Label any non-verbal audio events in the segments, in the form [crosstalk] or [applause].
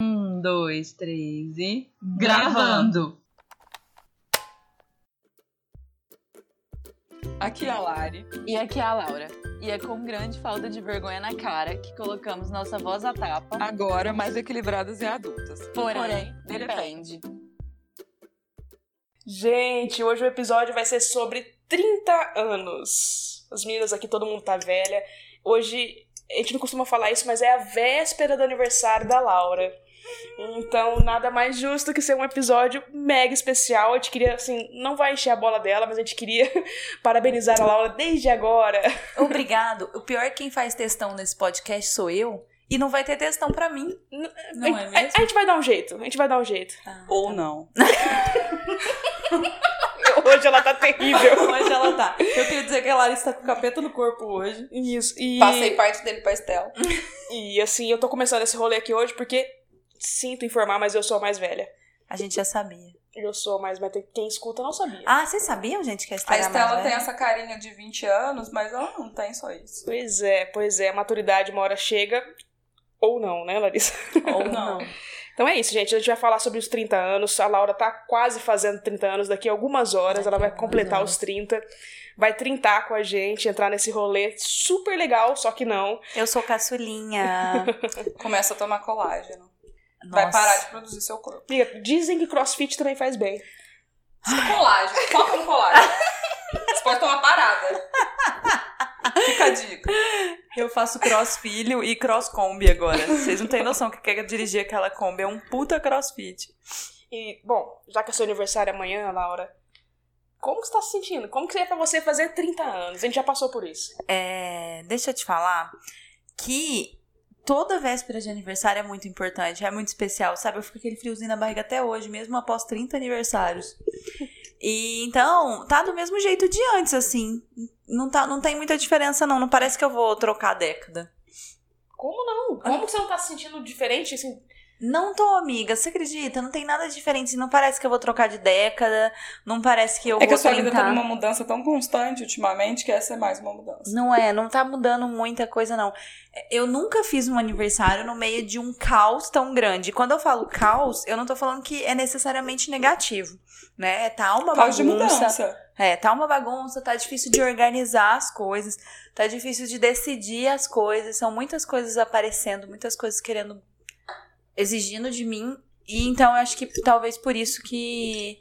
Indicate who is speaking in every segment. Speaker 1: Um, dois, três e. Gravando!
Speaker 2: Aqui é a Lari.
Speaker 3: E aqui é a Laura. E é com grande falta de vergonha na cara que colocamos nossa voz à tapa.
Speaker 2: Agora mais equilibradas e adultas.
Speaker 3: Porém,
Speaker 2: depende.
Speaker 3: depende.
Speaker 4: Gente, hoje o episódio vai ser sobre 30 anos. As meninas aqui, todo mundo tá velha. Hoje, a gente não costuma falar isso, mas é a véspera do aniversário da Laura. Então, nada mais justo que ser um episódio mega especial. A gente queria, assim, não vai encher a bola dela, mas a gente queria [laughs] parabenizar a Laura desde agora.
Speaker 5: Obrigado. O pior é quem faz textão nesse podcast sou eu. E não vai ter textão pra mim.
Speaker 3: é,
Speaker 5: é
Speaker 4: a, gente- a- a gente vai dar um jeito, a gente vai dar um jeito. [laughs]
Speaker 5: Ah,
Speaker 2: Ou
Speaker 5: tá.
Speaker 2: não.
Speaker 4: Hoje ela tá terrível.
Speaker 5: Hoje ela tá. Eu queria dizer que a Larissa tá com capeta no corpo hoje.
Speaker 4: Isso, e.
Speaker 3: Passei parte dele pra Estela.
Speaker 4: E assim, eu tô começando esse rolê aqui hoje porque sinto informar, mas eu sou a mais velha.
Speaker 5: A gente já sabia.
Speaker 4: Eu sou a mais velha. Quem escuta não sabia.
Speaker 5: Ah, vocês sabiam, gente, que a
Speaker 3: A
Speaker 6: é
Speaker 5: Estela,
Speaker 3: Estela tem
Speaker 5: tem
Speaker 3: essa carinha de 20 anos, mas ela não tem só isso.
Speaker 4: Pois é, pois é. A maturidade uma hora chega. Ou não, né, Larissa? [laughs]
Speaker 5: Ou
Speaker 6: [laughs]
Speaker 5: não.
Speaker 4: Então é isso, gente. A gente vai falar sobre os 30 anos. A Laura tá quase fazendo 30 anos. Daqui a algumas horas ela vai completar os 30. Vai trintar com a gente, entrar nesse rolê super legal, só que não.
Speaker 5: Eu sou caçulinha.
Speaker 3: Começa a tomar colágeno. Vai
Speaker 5: Nossa.
Speaker 3: parar de produzir seu corpo.
Speaker 4: Amiga, dizem que crossfit também faz bem.
Speaker 3: Colágeno. Foca no colágeno. Você pode tomar parada. Fica a dica.
Speaker 6: Eu faço crossfilho e cross combi agora. Vocês não têm noção que quer dirigir aquela combi. É um puta crossfit.
Speaker 4: E, bom, já que é seu aniversário amanhã, Laura, como que você tá se sentindo? Como que é pra você fazer 30 anos? A gente já passou por isso.
Speaker 5: É, deixa eu te falar que toda véspera de aniversário é muito importante, é muito especial, sabe? Eu fico com aquele friozinho na barriga até hoje, mesmo após 30 aniversários. E então, tá do mesmo jeito de antes, assim. Não, tá, não tem muita diferença, não. Não parece que eu vou trocar a década.
Speaker 4: Como não? Como que você não tá se sentindo diferente? Assim,
Speaker 5: Não tô, amiga. Você acredita? Não tem nada diferente. Não parece que eu vou trocar de década. Não parece que eu
Speaker 3: É que
Speaker 5: vou
Speaker 3: a sua vida
Speaker 5: tentar.
Speaker 3: tá numa mudança tão constante ultimamente que essa é mais uma mudança.
Speaker 5: Não é, não tá mudando muita coisa, não. Eu nunca fiz um aniversário no meio de um caos tão grande. Quando eu falo caos, eu não tô falando que é necessariamente negativo, né? Tá uma
Speaker 3: Causa de
Speaker 5: bagunça.
Speaker 3: mudança.
Speaker 5: É, tá uma bagunça, tá difícil de organizar as coisas, tá difícil de decidir as coisas, são muitas coisas aparecendo, muitas coisas querendo exigindo de mim. E então eu acho que talvez por isso que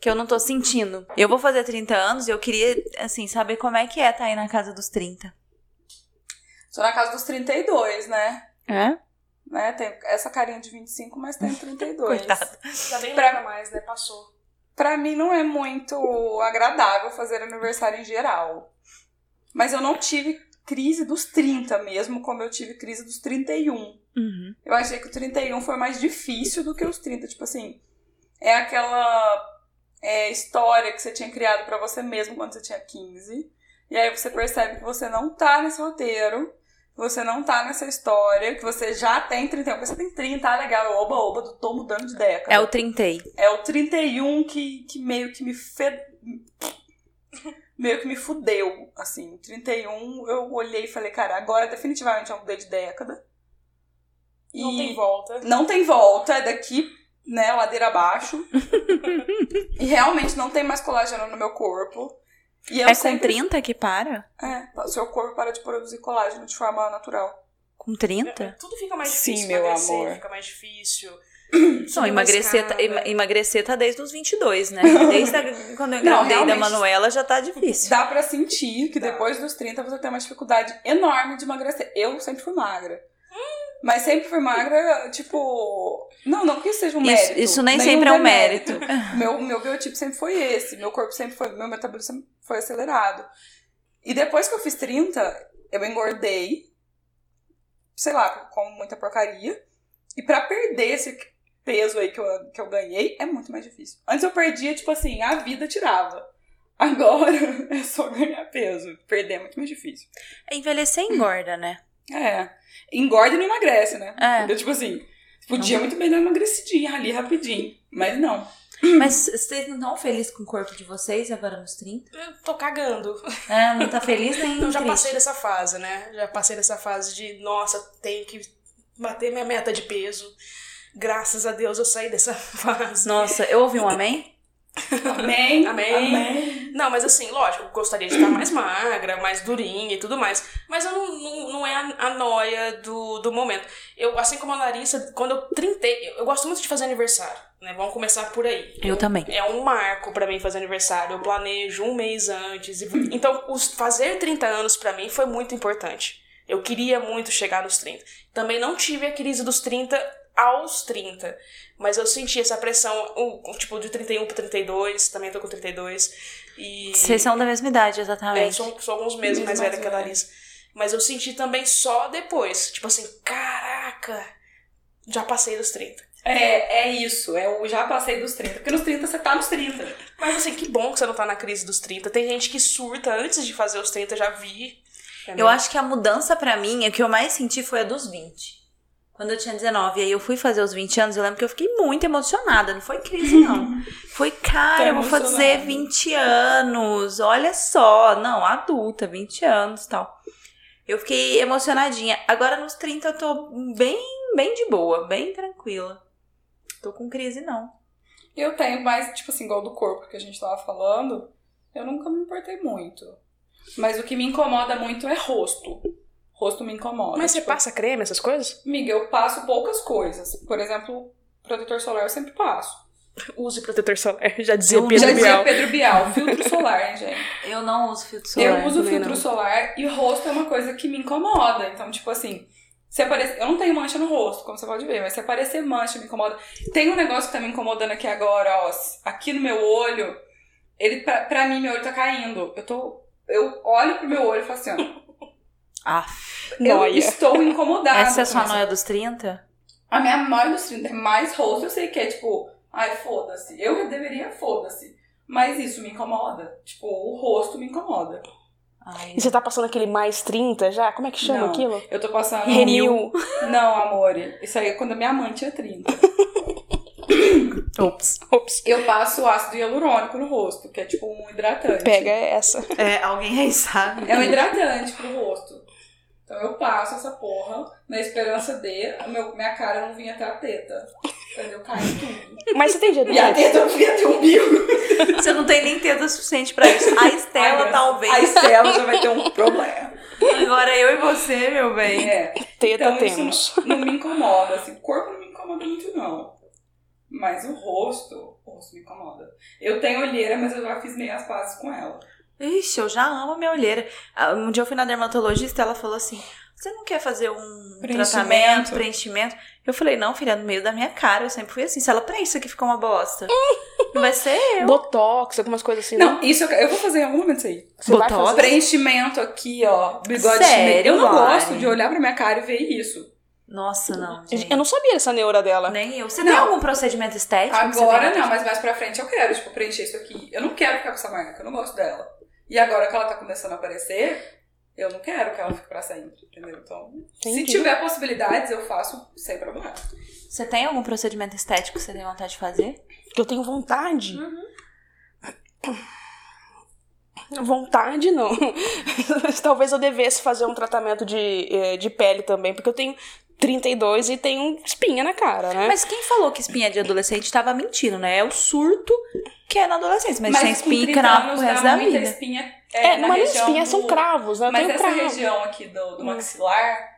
Speaker 5: que eu não tô sentindo. Eu vou fazer 30 anos e eu queria assim saber como é que é tá aí na casa dos 30.
Speaker 3: Sou na casa dos 32, né?
Speaker 5: É?
Speaker 3: né? Tem essa carinha de 25, mas tem 32.
Speaker 5: Coitada.
Speaker 4: já vem
Speaker 3: Pra-
Speaker 4: pra mais, né? Passou.
Speaker 3: Pra mim não é muito agradável fazer aniversário em geral. Mas eu não tive crise dos 30 mesmo, como eu tive crise dos 31. Eu achei que o 31 foi mais difícil do que os 30. Tipo assim, é aquela é, história que você tinha criado pra você mesmo quando você tinha 15. E aí você percebe que você não tá nesse roteiro, que você não tá nessa história, que você já tem 31, porque você tem 30, ah, legal, oba, oba, tô mudando de década.
Speaker 5: É o 30.
Speaker 3: É o 31 que, que meio que me fed... meio que me fudeu, assim. 31 eu olhei e falei, cara, agora definitivamente eu mudei de década. E
Speaker 4: Não tem volta.
Speaker 3: não tem volta, é daqui, né, ladeira abaixo. e realmente não tem mais colágeno no meu corpo. E eu
Speaker 5: É com
Speaker 3: sempre...
Speaker 5: 30 que para?
Speaker 3: É, o seu corpo para de produzir colágeno de forma natural.
Speaker 5: Com 30?
Speaker 4: Tudo fica mais
Speaker 3: Sim,
Speaker 4: difícil.
Speaker 3: meu
Speaker 4: emagrecer,
Speaker 3: amor.
Speaker 4: Fica mais difícil.
Speaker 5: Não,
Speaker 4: Subir uma
Speaker 5: emagrecer,
Speaker 4: escada.
Speaker 5: tá-
Speaker 3: né?
Speaker 5: em- emagrecer tá desde os
Speaker 3: [laughs]
Speaker 5: 22, né? Desde a- quando
Speaker 3: Não,
Speaker 5: eu engravidei da
Speaker 3: realmente.
Speaker 5: Manuela já tá difícil.
Speaker 3: Dá pra sentir que
Speaker 4: Dá.
Speaker 3: depois dos 30 você tem uma dificuldade enorme de emagrecer. Eu sempre fui magra. Mas sempre fui magra, tipo. Não, não que isso seja um
Speaker 5: Isso-
Speaker 3: mérito.
Speaker 5: isso nem
Speaker 3: nenhum
Speaker 5: sempre é um
Speaker 3: demérito.
Speaker 5: [laughs]
Speaker 3: meu, meu biotipo sempre foi esse. Meu corpo sempre foi. Meu metabolismo sempre foi acelerado. E depois que eu fiz 30, eu engordei. Sei lá, com muita porcaria. E pra perder esse peso aí que eu, que eu ganhei, é muito mais difícil. Antes eu perdia, tipo assim, a vida tirava. Agora [laughs] é só ganhar peso. Perder é muito mais difícil.
Speaker 5: É Envelhecer engorda, né?
Speaker 3: É. Engorda e não emagrece, né?
Speaker 5: É.
Speaker 3: Então, tipo assim, podia muito bem dar uma emagrecidinha ali rapidinho. Mas não.
Speaker 5: Mas vocês não estão felizes com o corpo de vocês agora nos 30?
Speaker 4: Eu tô cagando.
Speaker 5: É, não tá feliz nem
Speaker 4: Eu já
Speaker 5: triste.
Speaker 4: passei dessa fase, né? Já passei dessa fase de, nossa, tenho que bater minha meta de peso. Graças a Deus eu saí dessa [laughs] fase.
Speaker 5: Nossa, eu ouvi um amém?
Speaker 3: Amém.
Speaker 4: Amém. Não, mas assim, lógico, eu gostaria de estar mais magra, mais durinha e tudo mais. Mas eu não, não, não é a, a noia do, do momento. Eu, assim como a Larissa, quando eu trintei, eu, eu gosto muito de fazer aniversário, né? Vamos começar por aí.
Speaker 5: Eu também.
Speaker 4: É um marco pra mim fazer aniversário. Eu planejo um mês antes. e- Então, os- fazer 30 anos pra mim foi muito importante. Eu queria muito chegar nos 30. Também não tive a crise dos 30 aos 30. Mas eu senti essa pressão, o- o tipo, de 31 pra 32. Também tô com 32. E...
Speaker 5: Vocês são da mesma idade,
Speaker 4: É,
Speaker 5: exatamente.
Speaker 4: sou, sou alguns meses
Speaker 3: Mais
Speaker 4: mais velha que a
Speaker 3: velha.
Speaker 4: Larissa. Mas eu senti também só depois. Tipo assim, caraca, já passei dos 30.
Speaker 3: É, é isso. Eu já passei dos 30. Porque nos 30 você tá nos 30.
Speaker 4: Mas assim, que bom que você não tá na crise dos 30. Tem gente que surta antes de fazer os 30, já vi. É
Speaker 5: Eu
Speaker 4: né?
Speaker 5: acho que a mudança pra mim, o que eu mais senti foi a dos 20. Quando eu tinha 19, e aí eu fui fazer os 20 anos, eu lembro que eu fiquei muito emocionada. Não foi crise, não. Foi, cara,
Speaker 3: Tá
Speaker 5: eu vou fazer
Speaker 3: emocionada.
Speaker 5: 20 anos. Olha só. Não, adulta, 20 anos e tal. Eu fiquei emocionadinha. Agora nos 30 eu tô bem, bem de boa, bem tranquila. Tô com crise, não.
Speaker 3: Eu tenho mais, tipo assim, igual do corpo que a gente tava falando, eu nunca me importei muito. Mas o que me incomoda muito é rosto. Rosto me incomoda.
Speaker 4: Mas você
Speaker 3: tipo,
Speaker 4: passa creme, essas coisas?
Speaker 3: Miga, eu passo poucas coisas. Por exemplo, protetor solar eu sempre passo.
Speaker 4: Use protetor solar, [laughs] já dizia
Speaker 5: Eu
Speaker 4: Pedro
Speaker 3: Já dizia
Speaker 4: Bial.
Speaker 3: Pedro Bial, filtro solar, hein, gente?
Speaker 5: Eu não uso filtro
Speaker 3: eu uso filtro solar e rosto é uma coisa que me incomoda. Então, tipo assim, se aparecer. Eu não tenho mancha no rosto, como você pode ver, mas se aparecer mancha, me incomoda. Tem um negócio que tá me incomodando aqui agora, ó. Aqui no meu olho, ele, pra, pra mim, meu olho tá caindo. Eu tô. Eu olho pro meu olho e falo assim,
Speaker 5: [laughs]
Speaker 3: ó.
Speaker 5: Ah,
Speaker 3: Eu
Speaker 4: Noia.
Speaker 3: estou incomodada.
Speaker 5: essa é a
Speaker 3: com
Speaker 5: sua
Speaker 3: isso.
Speaker 5: noia dos 30?
Speaker 3: A minha maior dos 30 é mais rosto, eu sei que é tipo, ai, foda-se. Eu deveria, foda-se. Mas isso me incomoda. Tipo, o rosto me incomoda.
Speaker 5: Ai,
Speaker 4: E você tá passando aquele mais 30 já? Como é que chama
Speaker 3: Não.
Speaker 4: aquilo?
Speaker 3: Eu tô passando.
Speaker 4: Renil.
Speaker 3: Não, amor. Isso aí é quando a minha mãe tinha 30.
Speaker 5: Ops.
Speaker 4: Ops.
Speaker 3: Eu passo ácido hialurônico no rosto, que é tipo um hidratante.
Speaker 4: Pega essa.
Speaker 6: É, alguém aí sabe.
Speaker 3: É um hidratante pro rosto. Então eu passo essa porra na esperança de o meu, minha cara não vir até a teta. Entendeu? Cai tudo.
Speaker 4: Mas você tem
Speaker 3: E a
Speaker 4: diabetes?
Speaker 3: teta eu fui até o umbigo.
Speaker 5: Você não tem nem teta suficiente pra isso. A
Speaker 3: Ai,
Speaker 5: Estela,
Speaker 3: graças-
Speaker 5: talvez.
Speaker 3: A Estela já vai ter um problema.
Speaker 5: Agora eu e você, meu bem.
Speaker 3: É.
Speaker 4: Teta
Speaker 3: Então, isso
Speaker 4: temos.
Speaker 3: não me incomoda, assim, o corpo não me incomoda muito, não. Mas o rosto, o rosto me incomoda. Eu tenho olheira, mas eu já fiz meio as pazes com ela.
Speaker 5: Ixi, eu já amo a minha olheira. Ah, Um dia eu fui na dermatologista ela falou assim: Você não quer fazer um
Speaker 3: Preenchimento.
Speaker 5: tratamento, preenchimento? Eu falei: Não, filha, no meio da minha cara. Eu sempre fui assim. Se ela pra isso aqui ficou uma bosta, não vai ser eu.
Speaker 4: Botox, algumas coisas assim.
Speaker 3: é Não, isso eu, eu vou fazer em algum momento isso aí.
Speaker 4: Você vai
Speaker 5: Botox?
Speaker 4: fazer?
Speaker 3: Preenchimento aqui, ó, bigode
Speaker 5: Sério,
Speaker 3: chinês. Eu não
Speaker 5: Lari?
Speaker 3: gosto de olhar pra minha cara e ver isso.
Speaker 5: Nossa, não. Gente.
Speaker 4: Eu não sabia dessa neura dela.
Speaker 5: Nem eu. Você
Speaker 3: Não.
Speaker 5: tem algum procedimento estético? que Tipo, você
Speaker 3: Agora
Speaker 5: tem?
Speaker 3: não, mas mais pra frente eu quero, tipo, preencher isso aqui. Eu não quero ficar com essa marca, eu não gosto dela. E agora que ela tá começando a aparecer, eu não quero que ela fique pra sempre, entendeu? Então, se
Speaker 4: Entendi.
Speaker 3: tiver possibilidades, eu faço sem problema.
Speaker 5: Você tem algum procedimento estético que você tem vontade de fazer?
Speaker 4: Que eu tenho vontade.
Speaker 3: Uhum.
Speaker 4: Vontade não. [laughs] Mas Talvez eu devesse fazer um tratamento de, eh, de pele também, porque eu tenho 32 e tenho espinha na cara,
Speaker 3: É.
Speaker 4: né?
Speaker 5: Mas quem falou que espinha de adolescente tava mentindo, né? É o surto que é na adolescência. Mas, sem
Speaker 3: com
Speaker 5: espinha e
Speaker 3: 30
Speaker 5: cravo pro
Speaker 3: anos
Speaker 5: resto
Speaker 3: dá
Speaker 5: da
Speaker 3: muita
Speaker 5: vida.
Speaker 3: Espinha,
Speaker 4: é,
Speaker 3: na
Speaker 4: mas não
Speaker 3: região
Speaker 4: espinha,
Speaker 3: do-
Speaker 4: são cravos, né? Eu
Speaker 3: Mas
Speaker 4: tenho
Speaker 3: essa
Speaker 4: cravo.
Speaker 3: região aqui do, do
Speaker 4: Hum.
Speaker 3: maxilar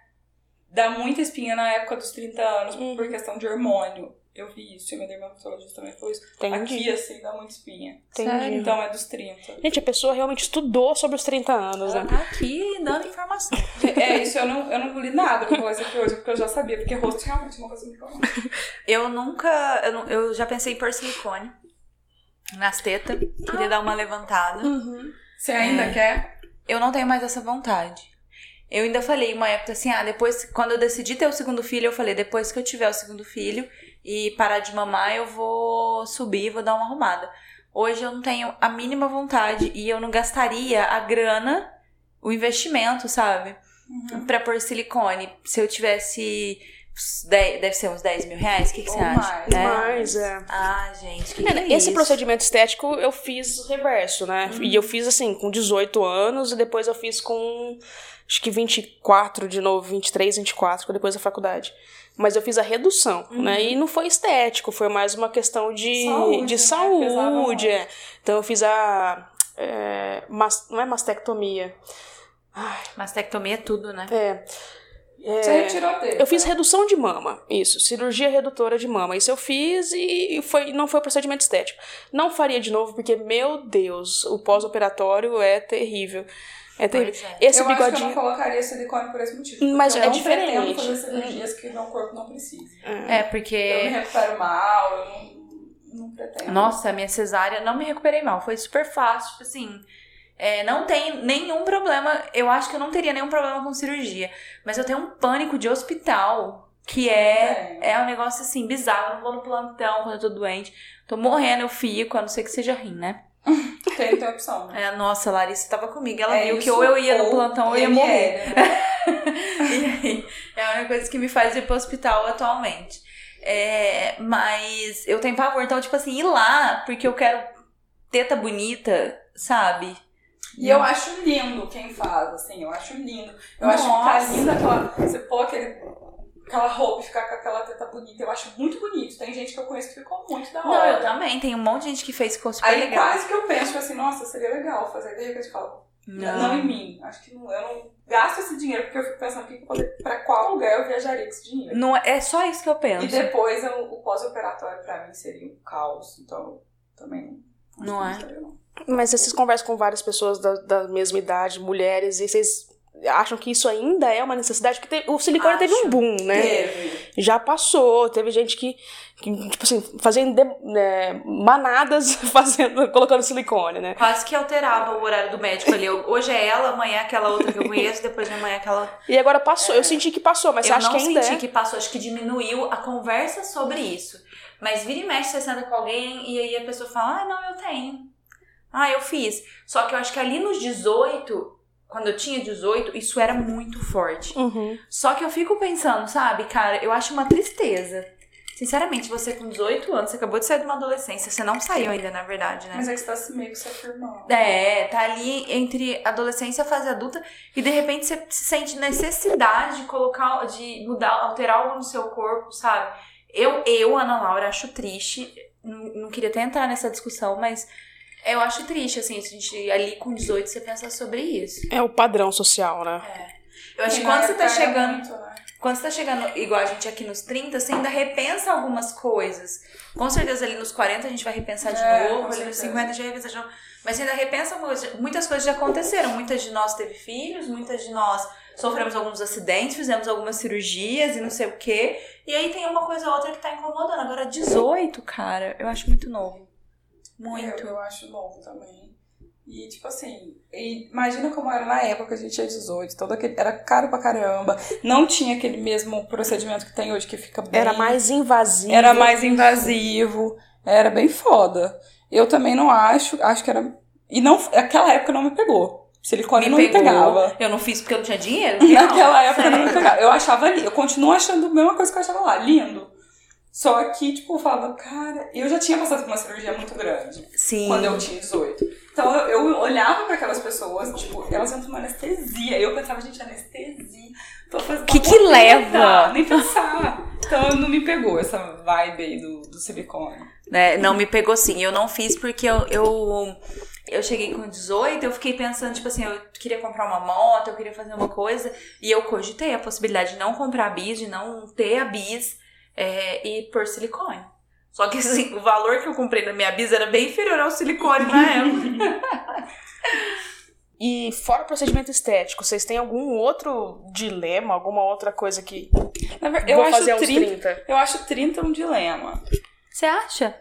Speaker 3: dá muita espinha na época dos 30 anos
Speaker 4: Hum.
Speaker 3: por questão de hormônio. Eu vi isso, e minha dermatologista também falou isso.
Speaker 4: Entendi,
Speaker 3: Aqui, assim, dá muita espinha.
Speaker 4: entendi.
Speaker 3: Então é dos 30.
Speaker 4: Gente, a pessoa realmente estudou sobre os 30 anos, né?
Speaker 5: Ela tá aqui dando informação.
Speaker 3: é isso, eu não, eu não engoli nada pra falar isso aqui hoje, porque eu já sabia, porque rosto realmente é uma coisa muito comum.
Speaker 5: Eu nunca. Eu, nu- eu já pensei em pôr silicone nas tetas. Queria dar uma levantada.
Speaker 3: Você ainda
Speaker 4: É.
Speaker 3: quer?
Speaker 5: Eu não tenho mais essa vontade. Eu ainda falei uma época assim, ah, depois, quando eu decidi ter o segundo filho, eu falei, depois que eu tiver o segundo filho e parar de mamar, eu vou subir, vou dar uma arrumada. Hoje eu não tenho a mínima vontade e eu não gastaria a grana, o investimento, sabe? Pra pôr silicone. Se eu tivesse. uns 10 Deve ser uns 10 mil reais? O que, que você
Speaker 3: Ou
Speaker 5: acha?
Speaker 3: mais.
Speaker 5: É.
Speaker 4: Mas é.
Speaker 5: Ah, gente, que,
Speaker 4: É,
Speaker 5: que
Speaker 4: né,
Speaker 5: é
Speaker 4: Esse
Speaker 5: isso?
Speaker 4: procedimento estético eu fiz reverso, né?
Speaker 3: Uhum.
Speaker 4: E eu fiz assim, com 18 anos, e depois eu fiz com acho que 24 de novo, 23, 24, depois da faculdade. Mas eu fiz a redução,
Speaker 3: Uhum.
Speaker 4: né? E não foi estético, foi mais uma questão de
Speaker 3: Saúde,
Speaker 4: de
Speaker 3: né? Pesava
Speaker 4: saúde.
Speaker 3: muito.
Speaker 4: é. Então eu fiz a. é, mas- não é mastectomia.
Speaker 5: Mastectomia é tudo, né?
Speaker 4: É. é,
Speaker 3: Você retirou né? a teta.
Speaker 4: eu fiz redução de mama, isso, cirurgia redutora de mama. Isso eu fiz e foi, não foi um procedimento estético. Não faria de novo, porque, meu Deus, o pós-operatório é terrível. É terrível.
Speaker 5: Pois é.
Speaker 4: Esse
Speaker 3: eu acho que eu não
Speaker 4: bigodinho.
Speaker 3: colocaria silicone por esse motivo.
Speaker 4: Mas
Speaker 3: porque eu
Speaker 4: é
Speaker 3: não pretendo
Speaker 4: diferente.
Speaker 3: fazer cirurgias que meu corpo não precisa.
Speaker 5: É,
Speaker 3: Eu me
Speaker 5: porque.
Speaker 3: recupero mal, eu não, não pretendo.
Speaker 5: Nossa, a minha cesárea, não me recuperei mal. Foi super fácil, tipo assim. é, não tem nenhum problema. Eu acho que eu não teria nenhum problema com cirurgia. Mas eu tenho um pânico de hospital, que é, é. um negócio assim, bizarro. Eu não vou no plantão quando eu tô doente. Tô morrendo, eu fico, a não ser que seja rim, né?
Speaker 3: Tem, tem opção. né?
Speaker 5: É, nossa, a Larissa tava comigo. Ela
Speaker 3: É
Speaker 5: viu que
Speaker 3: isso
Speaker 5: ou eu ia no
Speaker 3: ou
Speaker 5: plantão ou eu ia
Speaker 3: IML,
Speaker 5: morrer. [laughs]
Speaker 3: né?
Speaker 5: E aí, é a única coisa que me faz ir pro hospital atualmente. É, mas eu tenho pavor, então, tipo assim, ir lá porque eu quero teta bonita, sabe?
Speaker 3: E eu acho lindo quem faz, assim, eu acho lindo. Eu acho que
Speaker 5: Nossa.
Speaker 3: tá linda aquela. Você pôr aquele, aquela roupa e ficar com aquela teta bonita. Eu acho muito bonito. Tem gente que eu conheço que ficou muito da
Speaker 5: Não,
Speaker 3: hora.
Speaker 5: eu também. Tem um monte de gente que fez ficou super
Speaker 3: Aí
Speaker 5: legal.
Speaker 3: quase que eu penso tipo assim, nossa, seria legal fazer. Daí eu falo, não.
Speaker 5: Não.
Speaker 3: em mim. Acho que não, eu não gasto esse dinheiro porque eu fico pensando o que que eu vou fazer, pra qual lugar eu viajaria com esse dinheiro.
Speaker 5: Não, é só isso que eu
Speaker 3: E
Speaker 5: penso.
Speaker 3: depois eu- o pós-operatório pra mim seria um caos. Então também
Speaker 5: Não é?
Speaker 3: gostaria, não.
Speaker 4: Mas vocês conversam com várias pessoas da, da mesma idade, mulheres, e vocês acham que isso ainda é uma necessidade? Porque teve- o silicone teve um
Speaker 5: Acho.
Speaker 4: boom, né?
Speaker 3: Teve.
Speaker 4: já passou, teve gente que, que, tipo assim, fazendo de- né, manadas, [laughs] fazendo, colocando silicone, né?
Speaker 5: Quase que alterava o horário do médico ali. Eu- Hoje é ela, amanhã é aquela outra que eu conheço, depois de amanhã é aquela.
Speaker 4: E agora passou, eu senti que passou, mas você
Speaker 5: É. eu
Speaker 4: acha
Speaker 5: não
Speaker 4: que ainda
Speaker 5: senti
Speaker 4: é?
Speaker 5: que passou, acho que diminuiu a conversa sobre isso. Mas vira e mexe, você senta com alguém e aí a pessoa fala: Ah, não, eu tenho. Ah, eu fiz. Só que eu acho que ali nos 18, quando eu tinha 18, isso era muito forte.
Speaker 4: Uhum.
Speaker 5: Só que eu fico pensando, sabe, cara, eu acho uma tristeza. Sinceramente, você com 18 anos, você acabou de sair de uma adolescência, você não saiu ainda, na verdade, né?
Speaker 3: Mas é que você tá se- meio que se afirmando.
Speaker 5: É, tá ali entre adolescência e fase adulta e de repente você se sente necessidade de colocar, de mudar, alterar algo no seu corpo, sabe? Eu, eu, Ana Laura, acho triste. Não, não queria até entrar nessa discussão, mas eu acho triste, assim, a gente ali com 18 você pensar sobre isso.
Speaker 4: É o padrão social, né?
Speaker 5: Eu acho que
Speaker 3: Na
Speaker 5: quando você
Speaker 3: época
Speaker 5: tá
Speaker 3: era
Speaker 5: chegando
Speaker 3: muito, né?
Speaker 5: quando você tá chegando, igual a gente aqui nos 30, você ainda repensa algumas coisas. Com certeza ali nos 40 a gente vai repensar de
Speaker 3: É, com
Speaker 5: novo, ali nos
Speaker 3: certeza.
Speaker 5: 50 já repensa de novo. Mas você ainda repensa algumas coisas. Muitas coisas já aconteceram. Muitas de nós teve filhos, muitas de nós sofremos alguns acidentes, fizemos algumas cirurgias e não sei o quê. E aí tem uma coisa ou outra que tá incomodando. Agora 18, cara, eu acho muito novo.
Speaker 3: Eu,
Speaker 5: Muito.
Speaker 3: É, eu acho novo também. E, tipo assim, e imagina como era na época, a gente tinha 18, todo aquele, era caro pra caramba, não tinha aquele mesmo procedimento que tem hoje, que fica bem...
Speaker 4: Era mais invasivo.
Speaker 3: Era mais invasivo, era bem foda. Eu também não acho, acho que era... E não, aquela época não me pegou. Silicone não me pegava.
Speaker 5: Eu não fiz porque eu não
Speaker 3: [laughs]
Speaker 5: tinha dinheiro?
Speaker 3: Naquela época eu não pegava. Eu achava lindo. Eu continuo achando a mesma coisa que eu achava lá, lindo. Só que, tipo, eu falava, cara, eu já tinha passado por uma cirurgia muito grande
Speaker 5: Sim.
Speaker 3: quando eu tinha 18. Então eu, eu olhava pra aquelas pessoas, tipo, elas entram numa anestesia. Eu pensava, gente, anestesia. Tô fazendo
Speaker 5: Que
Speaker 3: uma
Speaker 5: que
Speaker 3: coisa,
Speaker 5: leva?
Speaker 3: Nem pensar. Então não me pegou essa vibe aí do, do silicone.
Speaker 5: né? Não me pegou sim. Eu não fiz porque eu, eu, eu cheguei com 18, eu fiquei pensando, tipo assim, eu queria comprar uma moto, eu queria fazer uma coisa. E eu cogitei a possibilidade de não comprar a bis, de não ter a bis é, e pôr silicone. Só que assim, o valor que eu comprei na minha bis era bem inferior ao silicone na época.
Speaker 4: E fora o procedimento estético, vocês têm algum outro dilema, alguma outra coisa que
Speaker 3: Na verdade, eu
Speaker 4: vou
Speaker 3: acho
Speaker 4: fazer aos
Speaker 3: 30,
Speaker 4: 30?
Speaker 3: eu acho 30 um dilema.
Speaker 5: Você acha?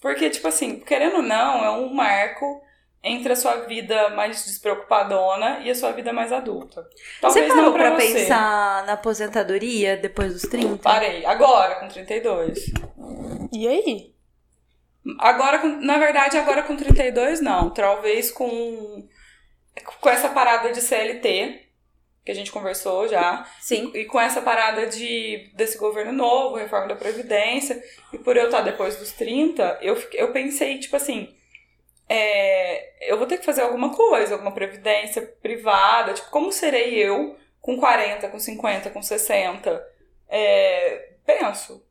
Speaker 3: Porque, tipo assim, querendo ou não, é um marco entre a sua vida mais despreocupadona e a sua vida mais adulta. Talvez
Speaker 5: você parou
Speaker 3: não pra,
Speaker 5: pra
Speaker 3: você.
Speaker 5: pensar na aposentadoria depois dos 30?
Speaker 3: Parei, agora com 32.
Speaker 4: E aí?
Speaker 3: Agora, com- na verdade, agora com 32 não. Talvez com com essa parada de CLT que a gente conversou já
Speaker 5: Sim.
Speaker 3: e com essa parada de desse governo novo, reforma da previdência e por eu estar depois dos 30, eu fiquei- eu pensei tipo assim, é, eu vou ter que fazer alguma coisa, alguma previdência privada, tipo como serei eu com 40, com 50, com 60? É, penso.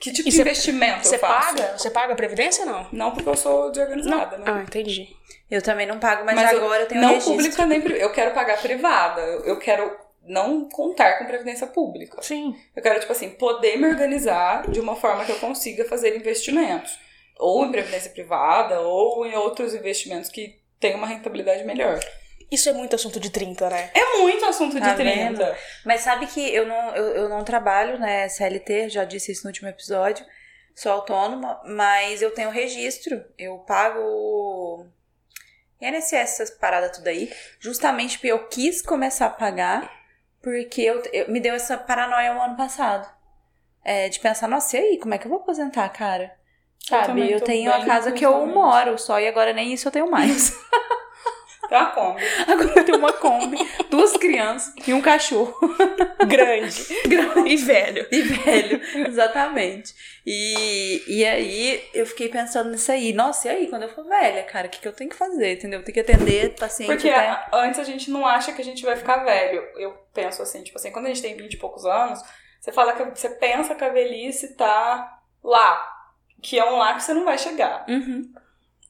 Speaker 3: Que tipo
Speaker 4: E
Speaker 3: de
Speaker 4: cê-
Speaker 3: investimento
Speaker 4: Você
Speaker 3: eu faço?
Speaker 4: paga? Você paga a previdência ou não?
Speaker 3: Não porque eu sou de organizada, né?
Speaker 4: Ah, um entendi.
Speaker 5: Eu também não pago, mas,
Speaker 3: Mas eu-
Speaker 5: agora eu, tenho
Speaker 3: não
Speaker 5: registro.
Speaker 3: pública nem pri- Eu quero pagar privada. Eu eu quero não contar com previdência pública.
Speaker 4: Sim.
Speaker 3: Eu quero, tipo assim, poder me organizar de uma forma que eu consiga fazer investimentos. Ou em previdência privada, ou em outros investimentos que tenham uma rentabilidade melhor.
Speaker 4: Isso é muito assunto de 30, né? [laughs]
Speaker 3: É muito assunto de
Speaker 5: Tá
Speaker 3: 30.
Speaker 5: Mas sabe que eu não, eu, eu não trabalho, né, CLT, já disse isso no último episódio. Sou autônoma, mas eu tenho registro. Eu pago INSS, essas paradas tudo aí. Justamente porque eu quis começar a pagar, porque eu, eu- me deu essa paranoia o ano passado. É, de pensar, nossa, e aí, como é que eu vou aposentar, cara? Sabe,
Speaker 3: também
Speaker 5: eu,
Speaker 3: tô
Speaker 5: tenho a
Speaker 3: bem
Speaker 5: casa que eu
Speaker 3: constantemente.
Speaker 5: moro só e agora nem isso eu
Speaker 3: [laughs]
Speaker 5: tenho mais.
Speaker 3: Tá como?
Speaker 5: agora eu tenho uma Kombi, duas crianças e um cachorro.
Speaker 4: Grande.
Speaker 5: [laughs] e velho. E velho, [laughs] exatamente. E, e aí eu fiquei pensando nisso aí. Nossa, e aí, quando eu for velha, cara, o que, que eu tenho que fazer? Entendeu? Eu tenho que atender paciente.
Speaker 3: Porque
Speaker 5: né?
Speaker 3: a- antes a gente não acha que a gente vai ficar velho. Eu penso assim, tipo assim, quando a gente tem 20 e poucos anos, você fala que você pensa que a velhice tá lá. Que é um lá que você não vai chegar.
Speaker 5: Uhum.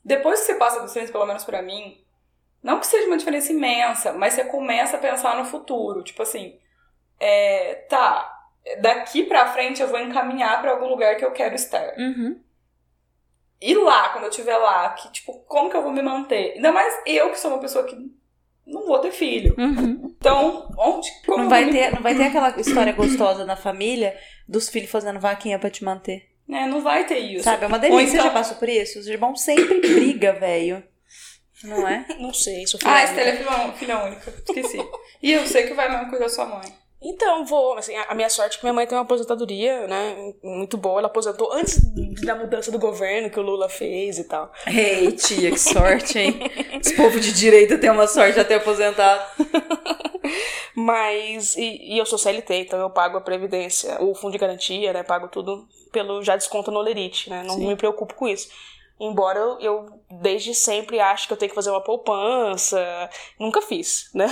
Speaker 3: Depois que você passa dos 30, pelo menos pra mim, não que seja uma diferença imensa, mas você começa a pensar no futuro. Tipo assim, é, tá, daqui pra frente eu vou encaminhar pra algum lugar que eu quero estar.
Speaker 5: Uhum.
Speaker 3: E lá, quando eu estiver lá, que, tipo, como que eu vou me manter? Ainda mais eu que sou uma pessoa que não vou ter filho.
Speaker 5: Uhum.
Speaker 3: Então, onde. Como
Speaker 5: Não,
Speaker 3: eu
Speaker 5: vai
Speaker 3: vou me-
Speaker 5: ter, não vai ter aquela história gostosa na família dos filhos fazendo vaquinha pra te manter.
Speaker 3: né, não vai ter isso.
Speaker 5: Sabe? É uma delícia.
Speaker 3: Ou então-
Speaker 5: Você já passou por isso? Os irmãos sempre [coughs] briga, velho. Não é?
Speaker 4: Não sei, sou
Speaker 3: Ah,
Speaker 4: filha
Speaker 3: Estela é filha, filha única. Esqueci. e eu sei que vai mesmo cuidar da sua
Speaker 5: [laughs]
Speaker 3: mãe.
Speaker 4: Então, vou. Assim, a a minha sorte é que minha mãe tem uma aposentadoria, né? Muito boa. Ela aposentou antes da mudança do governo que o Lula fez e tal.
Speaker 5: Ei, tia, que sorte, [laughs] hein? Esse povo de direita tem uma sorte até aposentar.
Speaker 4: Mas. E, e eu sou CLT, então eu pago a previdência, o fundo de garantia, né? Pago tudo pelo. Já desconto no Lerite, né? Não me preocupo com isso. Embora eu, eu desde sempre acho que eu tenho que fazer uma poupança. Nunca fiz,
Speaker 3: [laughs]
Speaker 4: né?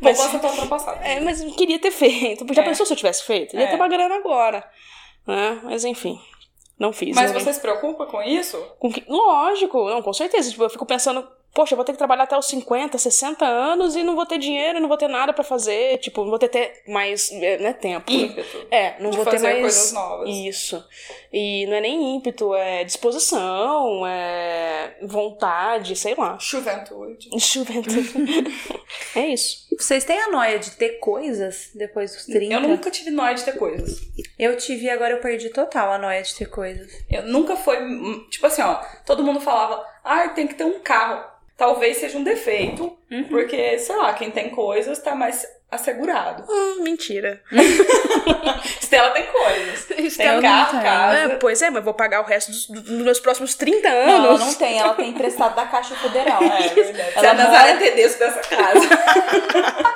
Speaker 4: Mas-
Speaker 3: Poupança tá ultrapassada.
Speaker 4: É, mas eu queria ter feito. Já
Speaker 3: É.
Speaker 4: pensou se eu tivesse feito? Eu Ia
Speaker 3: É.
Speaker 4: ter uma grana agora. Né? Mas enfim, não fiz.
Speaker 3: Mas
Speaker 4: né?
Speaker 3: você se preocupa com isso?
Speaker 4: Com que- Lógico, não, com certeza. Tipo, eu fico pensando, poxa, eu vou ter que trabalhar até os 50, 60 anos e não vou ter dinheiro, não vou ter nada pra fazer. Tipo, não vou ter, ter mais é, né, tempo.
Speaker 3: Ímpeto.
Speaker 4: É, não
Speaker 3: de
Speaker 4: vou ter
Speaker 3: fazer
Speaker 4: mais.
Speaker 3: coisas novas.
Speaker 4: Isso. E não é nem ímpeto, é disposição, é vontade, sei lá.
Speaker 3: Juventude.
Speaker 4: [laughs] Juventude. é isso.
Speaker 5: Vocês têm a noia de ter coisas depois dos 30?
Speaker 3: Eu nunca tive nóia de ter coisas.
Speaker 5: Eu tive e agora eu perdi total a noia de ter coisas.
Speaker 3: Eu nunca foi. hum, Tipo assim, ó, todo mundo falava, ah, tem que ter um carro. Talvez seja um defeito, porque, sei lá, quem tem coisas tá mais assegurado.
Speaker 4: Hum, mentira.
Speaker 3: Estela tem coisas. tem
Speaker 5: Estela
Speaker 4: um
Speaker 5: não
Speaker 3: carro,
Speaker 5: tem.
Speaker 3: casa.
Speaker 4: É, pois é, mas vou pagar o resto dos, dos meus próximos 30
Speaker 5: Não, ela
Speaker 4: anos.
Speaker 5: não tem, ela tem emprestado da
Speaker 3: [laughs]
Speaker 5: Caixa Federal.
Speaker 3: É verdade. Você
Speaker 5: Ela
Speaker 3: é a Nazaré Tedesco dessa casa.
Speaker 5: [laughs]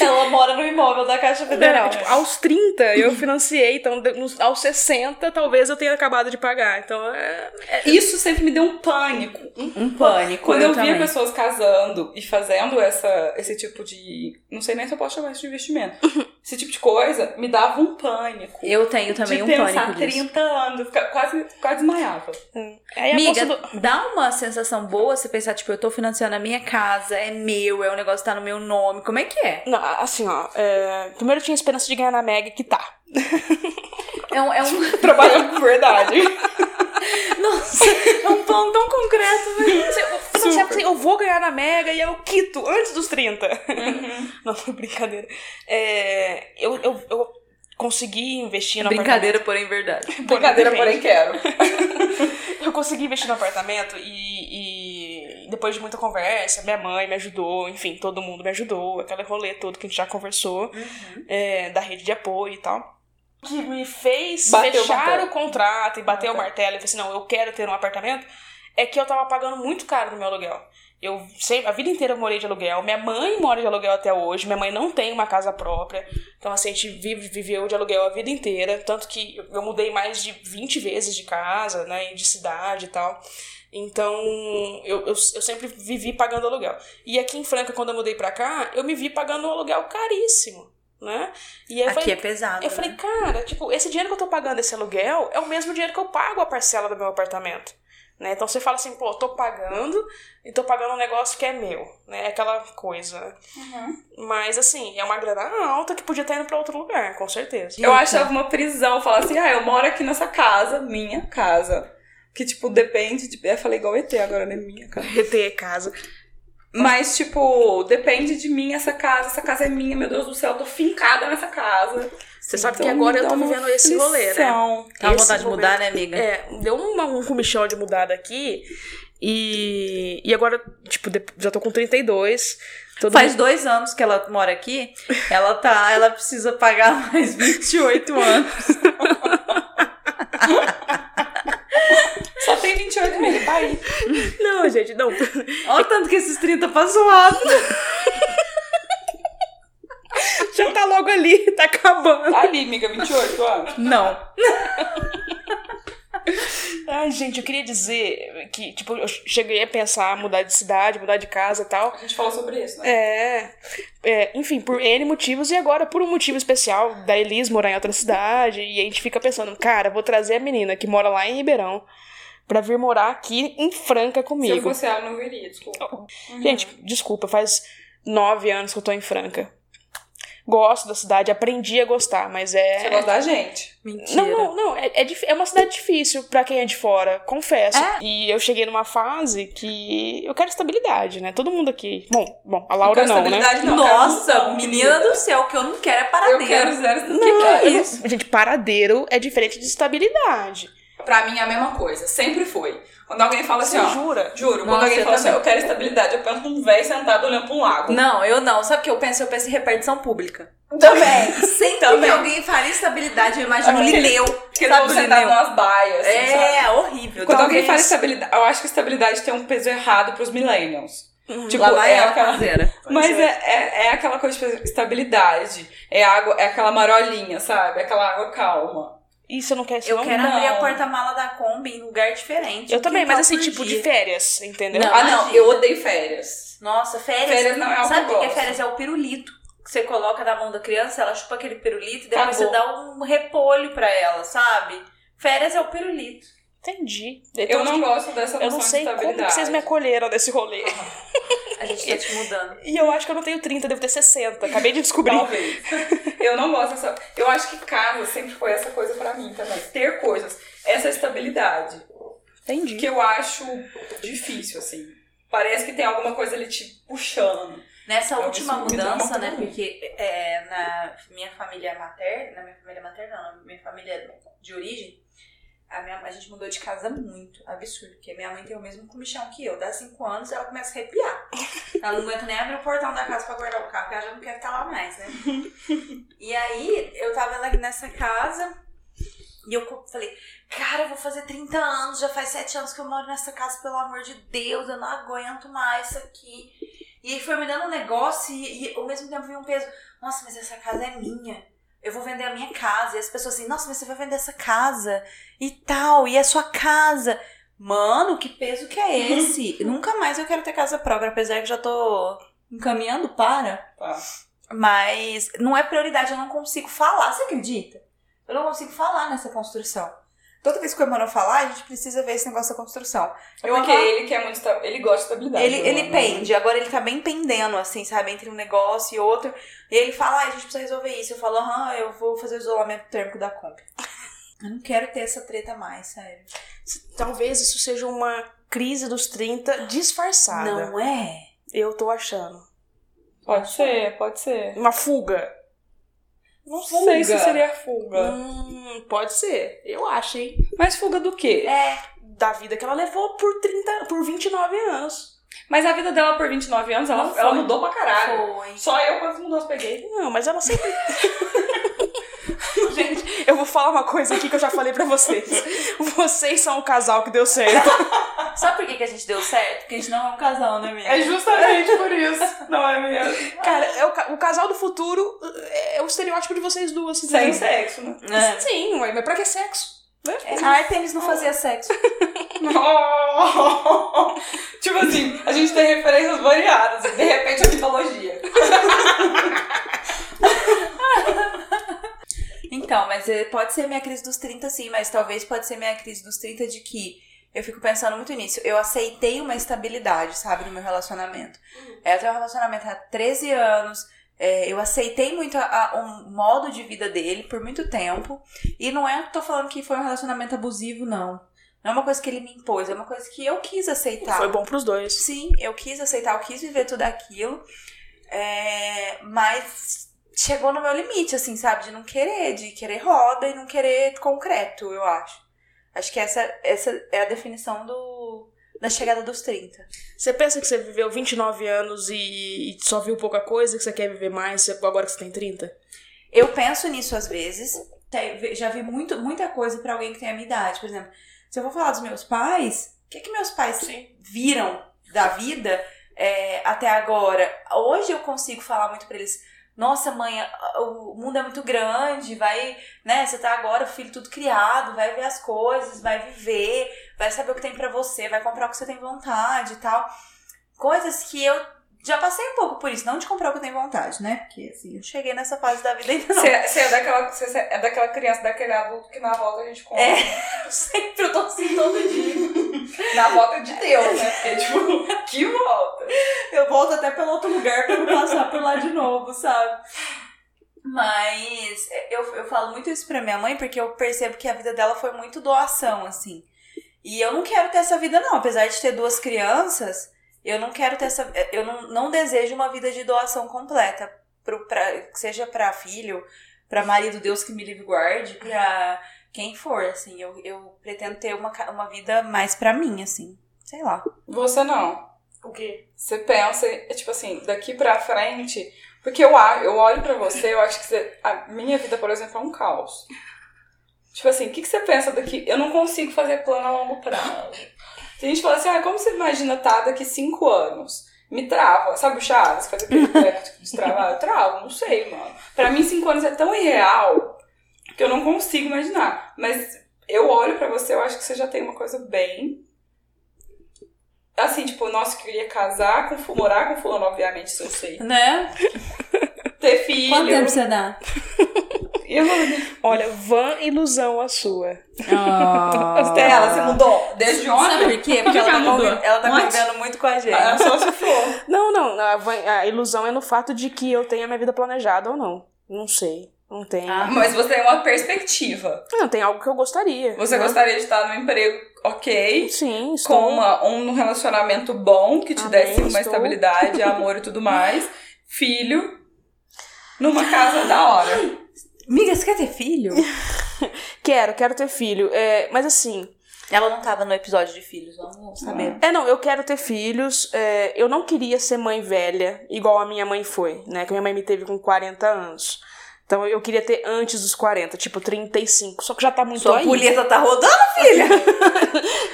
Speaker 5: Ela mora no imóvel da Caixa
Speaker 4: É,
Speaker 5: Federal.
Speaker 4: tipo, aos 30 eu financiei, então de- nos- aos 60 talvez eu tenha acabado de pagar. Então é.
Speaker 3: Isso sempre me deu um pânico. Um-
Speaker 5: Um pânico.
Speaker 3: Quando eu, via
Speaker 5: também.
Speaker 3: pessoas casando e fazendo essa, esse tipo de. Não sei nem se eu posso chamar isso de [laughs] investimento. Esse tipo de coisa me dava um pânico.
Speaker 5: Eu tenho também
Speaker 3: de
Speaker 5: um
Speaker 3: pensar
Speaker 5: pânico
Speaker 3: 30
Speaker 5: disso.
Speaker 3: anos, eu ficava- quase, quase desmaiava.
Speaker 4: Aí é a
Speaker 5: Amiga,
Speaker 4: bolsa do-
Speaker 5: dá uma sensação boa você pensar, tipo, eu tô financiando a minha casa, é meu, é um negócio que tá no meu nome, como é que é?
Speaker 4: Não, assim, ó. é, Primeiro eu tinha esperança de ganhar na tá. Mega e quitar.
Speaker 5: É um, é um,
Speaker 3: Trabalhando com verdade.
Speaker 5: nossa, é um plano tão concreto,
Speaker 4: [laughs]
Speaker 5: velho.
Speaker 4: Eu, pensava assim, eu vou ganhar na Mega e eu quito antes dos 30. [laughs] Não, foi brincadeira. É, Eu, eu, eu consegui investir no
Speaker 5: Brincadeira, porém verdade.
Speaker 4: apartamento.
Speaker 3: [laughs] Brincadeira, porém
Speaker 4: Depende.
Speaker 3: quero.
Speaker 4: [laughs] Eu consegui investir no apartamento e, e depois de muita conversa, minha mãe me ajudou, enfim, todo mundo me ajudou, aquele rolê todo que a gente já conversou,
Speaker 3: Uhum.
Speaker 4: é, da rede de apoio e tal. Que me fez
Speaker 3: Bateu o
Speaker 4: fechar
Speaker 3: martelo.
Speaker 4: o contrato e bater o martelo e falei assim: não, eu quero ter um apartamento. É que eu tava pagando muito caro no meu aluguel. Eu sempre, a vida inteira eu morei de aluguel. Minha mãe mora de aluguel até hoje. Minha mãe não tem uma casa própria. Então, assim, a gente vive, viveu de aluguel a vida inteira. Tanto que eu- eu mudei mais de 20 vezes de casa, né? E de cidade e tal. Então, eu, eu, eu sempre vivi pagando aluguel. E aqui em Franca, quando eu mudei pra cá, eu me vi pagando um aluguel caríssimo. né? E aí eu
Speaker 5: Aqui
Speaker 4: falei,
Speaker 5: é pesado.
Speaker 4: eu falei,
Speaker 5: né?
Speaker 4: cara, tipo, esse dinheiro que eu tô pagando esse aluguel é o mesmo dinheiro que eu pago a parcela do meu apartamento. Né? Então você fala assim, pô, tô pagando e tô pagando um negócio que é meu, né? É Aquela coisa.
Speaker 3: Uhum.
Speaker 4: Mas assim, é uma grana alta que podia estar indo pra outro lugar, com [laughs] certeza.
Speaker 3: Eu achava uma prisão falar assim, ah, eu moro aqui nessa casa, minha casa. Que, tipo, depende de. Eu falei igual ET agora, né? Minha casa.
Speaker 4: Reter casa.
Speaker 3: Mas, tipo, depende de mim essa casa, essa casa é minha, meu Deus do céu, eu tô fincada nessa casa. Então,
Speaker 4: Você sabe
Speaker 5: "Então
Speaker 4: que agora eu tô vivendo esse rolê, né?
Speaker 5: Tá à
Speaker 4: Esse
Speaker 5: vontade de
Speaker 4: momento-
Speaker 5: mudar, né, amiga?
Speaker 4: É, deu uma, um comichão de mudada aqui. E, e agora, tipo, de- já tô com 32. Todo
Speaker 5: Faz dois anos que ela
Speaker 4: [laughs]
Speaker 5: mora aqui, ela tá, ela precisa pagar mais 28 anos.
Speaker 3: Só tem 28 meses, tá aí.
Speaker 4: Não, gente, não.
Speaker 5: Olha o tanto que esses 30 passou alto.
Speaker 4: Já tá logo ali, tá acabando.
Speaker 3: Tá ali, amiga, 28 anos.
Speaker 5: Não.
Speaker 4: Ai, gente, eu queria dizer que, tipo, eu cheguei a pensar em mudar de cidade, mudar de casa e tal.
Speaker 3: A gente falou sobre isso, né?
Speaker 4: É, é, enfim, por N motivos e agora por um motivo especial da Elis morar em outra cidade. E a gente fica pensando, cara, vou trazer a menina que mora lá em Ribeirão pra vir morar aqui em Franca
Speaker 3: Se eu
Speaker 4: comigo.
Speaker 3: fosse ela, eu não viria, desculpa. Uhum.
Speaker 4: Gente, desculpa, faz nove anos que eu tô em Franca. Gosto da cidade, aprendi a gostar, mas
Speaker 3: você
Speaker 4: é.
Speaker 3: gosta da gente.
Speaker 5: Mentira.
Speaker 4: Não, não, não. É, é, dif- é uma cidade difícil pra quem é de fora, confesso.
Speaker 3: É?
Speaker 4: E eu cheguei numa fase que eu quero estabilidade, né? Todo mundo aqui. Bom, bom, a Laura
Speaker 3: quero
Speaker 4: não, né?
Speaker 3: estabilidade, não. quero
Speaker 5: Nossa,
Speaker 3: mudar,
Speaker 5: menina do céu, o que eu não quero é
Speaker 3: Eu
Speaker 5: paradeiro.
Speaker 3: quero zero
Speaker 4: Não,
Speaker 3: estabilidade.
Speaker 4: eu não- Gente, paradeiro é diferente de estabilidade.
Speaker 3: Pra mim é a mesma coisa, sempre foi. Quando alguém fala assim,
Speaker 4: Você
Speaker 3: ó.
Speaker 4: jura?
Speaker 3: Juro, quando
Speaker 5: Nossa,
Speaker 3: alguém
Speaker 5: eu
Speaker 3: fala assim, ó,
Speaker 5: também.
Speaker 3: eu quero estabilidade, eu penso num velho sentado olhando pra um lago.
Speaker 5: Não, eu não. Sabe o que eu penso? Eu penso em repartição pública.
Speaker 3: Também.
Speaker 5: Sempre
Speaker 3: Também.
Speaker 5: que alguém fala em estabilidade, eu imagino
Speaker 3: Aquele-
Speaker 5: Lineu.
Speaker 3: Porque eles
Speaker 5: Sabe
Speaker 3: vão
Speaker 5: o
Speaker 3: sentado
Speaker 5: Lineu?
Speaker 3: nas baias. assim, sabe?
Speaker 5: É, horrível.
Speaker 3: Quando alguém
Speaker 5: Talvez-
Speaker 3: fala estabilidade, eu acho que estabilidade tem um peso errado pros millennials. Tipo,
Speaker 5: Lá vai
Speaker 3: é
Speaker 5: ela,
Speaker 3: aquela.
Speaker 5: parceira.
Speaker 3: Mas é, é, é aquela coisa de estabilidade. É água, é aquela marolinha, sabe? É aquela água calma.
Speaker 4: Isso eu não quero isso,
Speaker 5: Eu
Speaker 4: não.
Speaker 5: quero abrir
Speaker 3: não.
Speaker 5: a porta-mala da Kombi em lugar diferente.
Speaker 4: Eu
Speaker 5: um
Speaker 4: também, mas assim,
Speaker 5: quintal por
Speaker 4: tipo,
Speaker 5: dia.
Speaker 4: de férias, entendeu?
Speaker 5: Não.
Speaker 3: ah, não,
Speaker 5: imagina.
Speaker 3: eu odeio férias.
Speaker 5: Nossa, férias.
Speaker 3: Férias não é algo que
Speaker 5: Sabe o que é
Speaker 3: eu
Speaker 5: férias? É o pirulito. Que você coloca na mão da criança, ela chupa aquele pirulito e depois
Speaker 3: Acabou.
Speaker 5: você dá um repolho pra ela, sabe? Férias é o pirulito.
Speaker 4: Entendi.
Speaker 3: Eu
Speaker 4: Então,
Speaker 3: não gosto dessa
Speaker 4: Eu
Speaker 3: noção
Speaker 4: não sei
Speaker 3: de
Speaker 4: como
Speaker 3: estabilidade.
Speaker 4: que vocês me acolheram nesse rolê.
Speaker 5: A gente tá te mudando.
Speaker 4: E eu acho que eu não tenho 30, devo ter 60. Acabei de descobrir.
Speaker 3: Talvez. [laughs] eu não gosto dessa. Eu acho que casa sempre foi essa coisa pra mim também. Ter coisas. Essa estabilidade.
Speaker 4: Entendi.
Speaker 3: Que eu acho difícil, assim. Parece que tem alguma coisa ali te puxando.
Speaker 5: Nessa
Speaker 3: Então,
Speaker 5: última
Speaker 3: isso me dá uma
Speaker 5: mudança, né?
Speaker 3: vontade.
Speaker 5: Porque é, na minha família materna, na minha família materna, não, na minha família de origem, a, minha, a gente mudou de casa muito, absurdo. Porque minha mãe tem o mesmo comichão que eu. Dá cinco anos, ela começa a arrepiar.
Speaker 3: [laughs]
Speaker 5: Ela não aguenta nem abrir o portão da casa pra guardar o carro, porque ela já não quer estar lá
Speaker 3: [laughs]
Speaker 5: mais, né? E aí, eu tava lá nessa casa e eu co- falei, cara, eu vou fazer 30 anos, já faz 7 anos que eu moro nessa casa, pelo amor de Deus, eu não aguento mais isso aqui. E aí foi me dando um negócio e, e ao mesmo tempo vinha um peso, nossa, mas essa casa é minha. Eu vou vender a minha casa. E as pessoas assim, nossa, mas você vai vender essa casa e tal, e a sua casa. Mano, que peso que é esse? Nunca mais eu quero ter casa própria, apesar que eu já tô encaminhando para.
Speaker 3: Tá.
Speaker 5: Mas não é prioridade, eu não consigo falar, você acredita? Eu não consigo falar nessa construção. Toda vez que o Emmanuel falar, a gente precisa ver esse negócio da construção.
Speaker 3: É
Speaker 5: Eu
Speaker 3: porque
Speaker 5: amava-
Speaker 3: ele quer muito esta- Ele gosta de estabilidade.
Speaker 5: Ele,
Speaker 3: eu
Speaker 5: ele
Speaker 3: amo.
Speaker 5: pende, agora ele tá bem pendendo, assim, sabe? Entre um negócio e outro. E ele fala, ah, a gente precisa resolver isso. Eu falo, aham, eu vou fazer o isolamento térmico da compra. Eu não quero ter essa treta mais, sério.
Speaker 4: Talvez isso seja uma crise dos 30 disfarçada.
Speaker 5: Não é?
Speaker 4: Eu tô achando.
Speaker 3: Pode ser, pode ser.
Speaker 4: Uma fuga.
Speaker 3: Não
Speaker 4: Fuga.
Speaker 3: sei se seria fuga.
Speaker 4: Hum, pode ser. Eu acho, hein?
Speaker 3: Mas fuga do quê?
Speaker 5: É.
Speaker 4: Da vida que ela levou por 30, por 29 anos.
Speaker 3: Mas a vida dela por 29 anos, ela,
Speaker 5: Não
Speaker 3: ela
Speaker 5: foi.
Speaker 3: mudou pra caralho.
Speaker 5: Foi.
Speaker 3: Só eu quantas mudanças peguei.
Speaker 4: Não, mas ela sempre. [laughs] Gente, eu vou falar uma coisa aqui que eu já falei pra vocês. Vocês são o casal que deu certo.
Speaker 5: Sabe por que, que a gente deu certo? Porque a gente não é um casal, né, amiga?
Speaker 3: É justamente por isso. Não é mesmo?
Speaker 4: Cara, é o, ca- o casal do futuro é o estereótipo de vocês duas.
Speaker 3: [laughs] Sem
Speaker 4: entendeu?
Speaker 3: sexo, né?
Speaker 5: É.
Speaker 4: Sim, ué, mas pra que sexo? Né?
Speaker 5: É, A Artemis não fazia sexo.
Speaker 3: Oh!
Speaker 5: [laughs]
Speaker 3: tipo assim, a gente tem referências variadas. De repente, a mitologia.
Speaker 5: Então, mas eh, pode ser minha crise dos 30, sim, mas talvez pode ser minha crise dos 30 de que eu fico pensando muito nisso. Eu aceitei uma estabilidade, sabe, no meu relacionamento. É, Eu tenho um relacionamento há 13 anos. é, eu aceitei muito a- a- o modo de vida dele por muito tempo. E não é que tô falando que foi um relacionamento abusivo, não. Não é uma coisa que ele me impôs, é uma coisa que eu quis aceitar.
Speaker 4: Foi bom pros dois.
Speaker 5: Sim, eu quis aceitar, eu quis viver tudo aquilo. é, mas chegou no meu limite, assim, sabe? De não querer, de querer roda e não querer concreto, eu acho. Acho que essa, essa é a definição do, da chegada dos 30.
Speaker 4: Você pensa que você viveu 29 anos e, e só viu pouca coisa, que você quer viver mais você- agora que você tem 30?
Speaker 5: Eu penso nisso às vezes. Te- Já vi muito, muita coisa pra alguém que tem a minha idade. Por exemplo, se eu vou falar dos meus pais, o que, é que meus pais viram da vida é, até agora? Hoje eu consigo falar muito pra eles. Nossa, mãe, a- o mundo é muito grande, vai, né? Você tá agora, filho tudo criado, vai ver as coisas, vai viver, vai saber o que tem pra você, vai comprar o que você tem vontade e tal. Coisas que eu já passei um pouco por isso, não de comprar o que eu tenho vontade, né? Porque assim, eu cheguei nessa fase da vida ainda não.
Speaker 3: Você você é, daquela, você é daquela criança, daquele adulto que na volta a gente compra.
Speaker 5: É, sempre eu tô assim todo dia.
Speaker 3: Na volta de Deus, né? Porque, tipo, [laughs] que volta.
Speaker 5: Eu volto até pelo outro lugar pra não passar por lá de novo, sabe? Mas é, eu, eu falo muito isso pra minha mãe porque eu percebo que a vida dela foi muito doação, assim. E eu não quero ter essa vida, não. Apesar de ter duas crianças, eu não quero ter essa. é, Eu não, não desejo uma vida de doação completa. Pro, pra, que seja pra filho, pra marido, Deus que me livre e guarde, pra quem for, assim. Eu, eu pretendo ter uma, ca- uma vida mais pra mim, assim. Sei lá.
Speaker 3: Você não.
Speaker 4: O quê?
Speaker 3: Você pensa, é, tipo assim, daqui pra frente. Porque eu, a- eu olho pra você, eu acho que você- a minha vida, por exemplo, é um caos. Tipo assim, o que, que você pensa daqui? Eu não consigo fazer plano a longo prazo. Se a gente fala assim, ah, como você imagina estar daqui cinco anos? Me trava, sabe o Chaves? Fazer aquele teste de travar? Eu travo, não sei, mano. Pra mim, cinco anos é tão irreal que eu não consigo imaginar. Mas eu olho pra você, eu acho que você já tem uma coisa bem. Assim, tipo, nossa, eu queria casar, com, fu- morar com fulano, obviamente, isso eu sei.
Speaker 5: Né?
Speaker 3: Ter filho.
Speaker 5: Quanto tempo você dá?
Speaker 3: E eu
Speaker 4: Olha, van ilusão a sua. Ah.
Speaker 3: Ela se mudou desde
Speaker 5: Sabe
Speaker 3: ontem.
Speaker 5: por quê?
Speaker 1: Por que
Speaker 5: Porque ela
Speaker 1: que
Speaker 5: tá,
Speaker 1: ela mudou?
Speaker 5: convi- ela tá
Speaker 1: Onde?
Speaker 5: convivendo muito com a gente.
Speaker 3: Ela só se for.
Speaker 4: Não, não. A, van- a ilusão é no fato de que eu tenho a minha vida planejada ou não. Não sei. Não tenho.
Speaker 5: Ah.
Speaker 3: [laughs] Mas você tem uma perspectiva.
Speaker 4: Não, tem algo que eu gostaria.
Speaker 3: Você
Speaker 4: né?
Speaker 3: gostaria de estar num emprego ok,
Speaker 4: Sim, estou.
Speaker 3: com uma, um relacionamento bom, que te
Speaker 4: Amém,
Speaker 3: desse uma
Speaker 4: estou.
Speaker 3: estabilidade, amor e tudo mais. Filho, numa casa da hora.
Speaker 5: Miga, você quer ter filho?
Speaker 4: Quero, quero ter filho. É, mas assim,
Speaker 5: [laughs] Ela não tava no episódio de filhos, vamos saber.
Speaker 4: É, não, eu quero ter filhos. é, eu não queria ser mãe velha, igual a minha mãe foi, né? Que minha mãe me teve com 40 anos. Então eu queria ter antes dos 40, tipo 35. Só que já tá muito
Speaker 5: Sua
Speaker 4: aí.
Speaker 5: pulheta tá rodando, filha?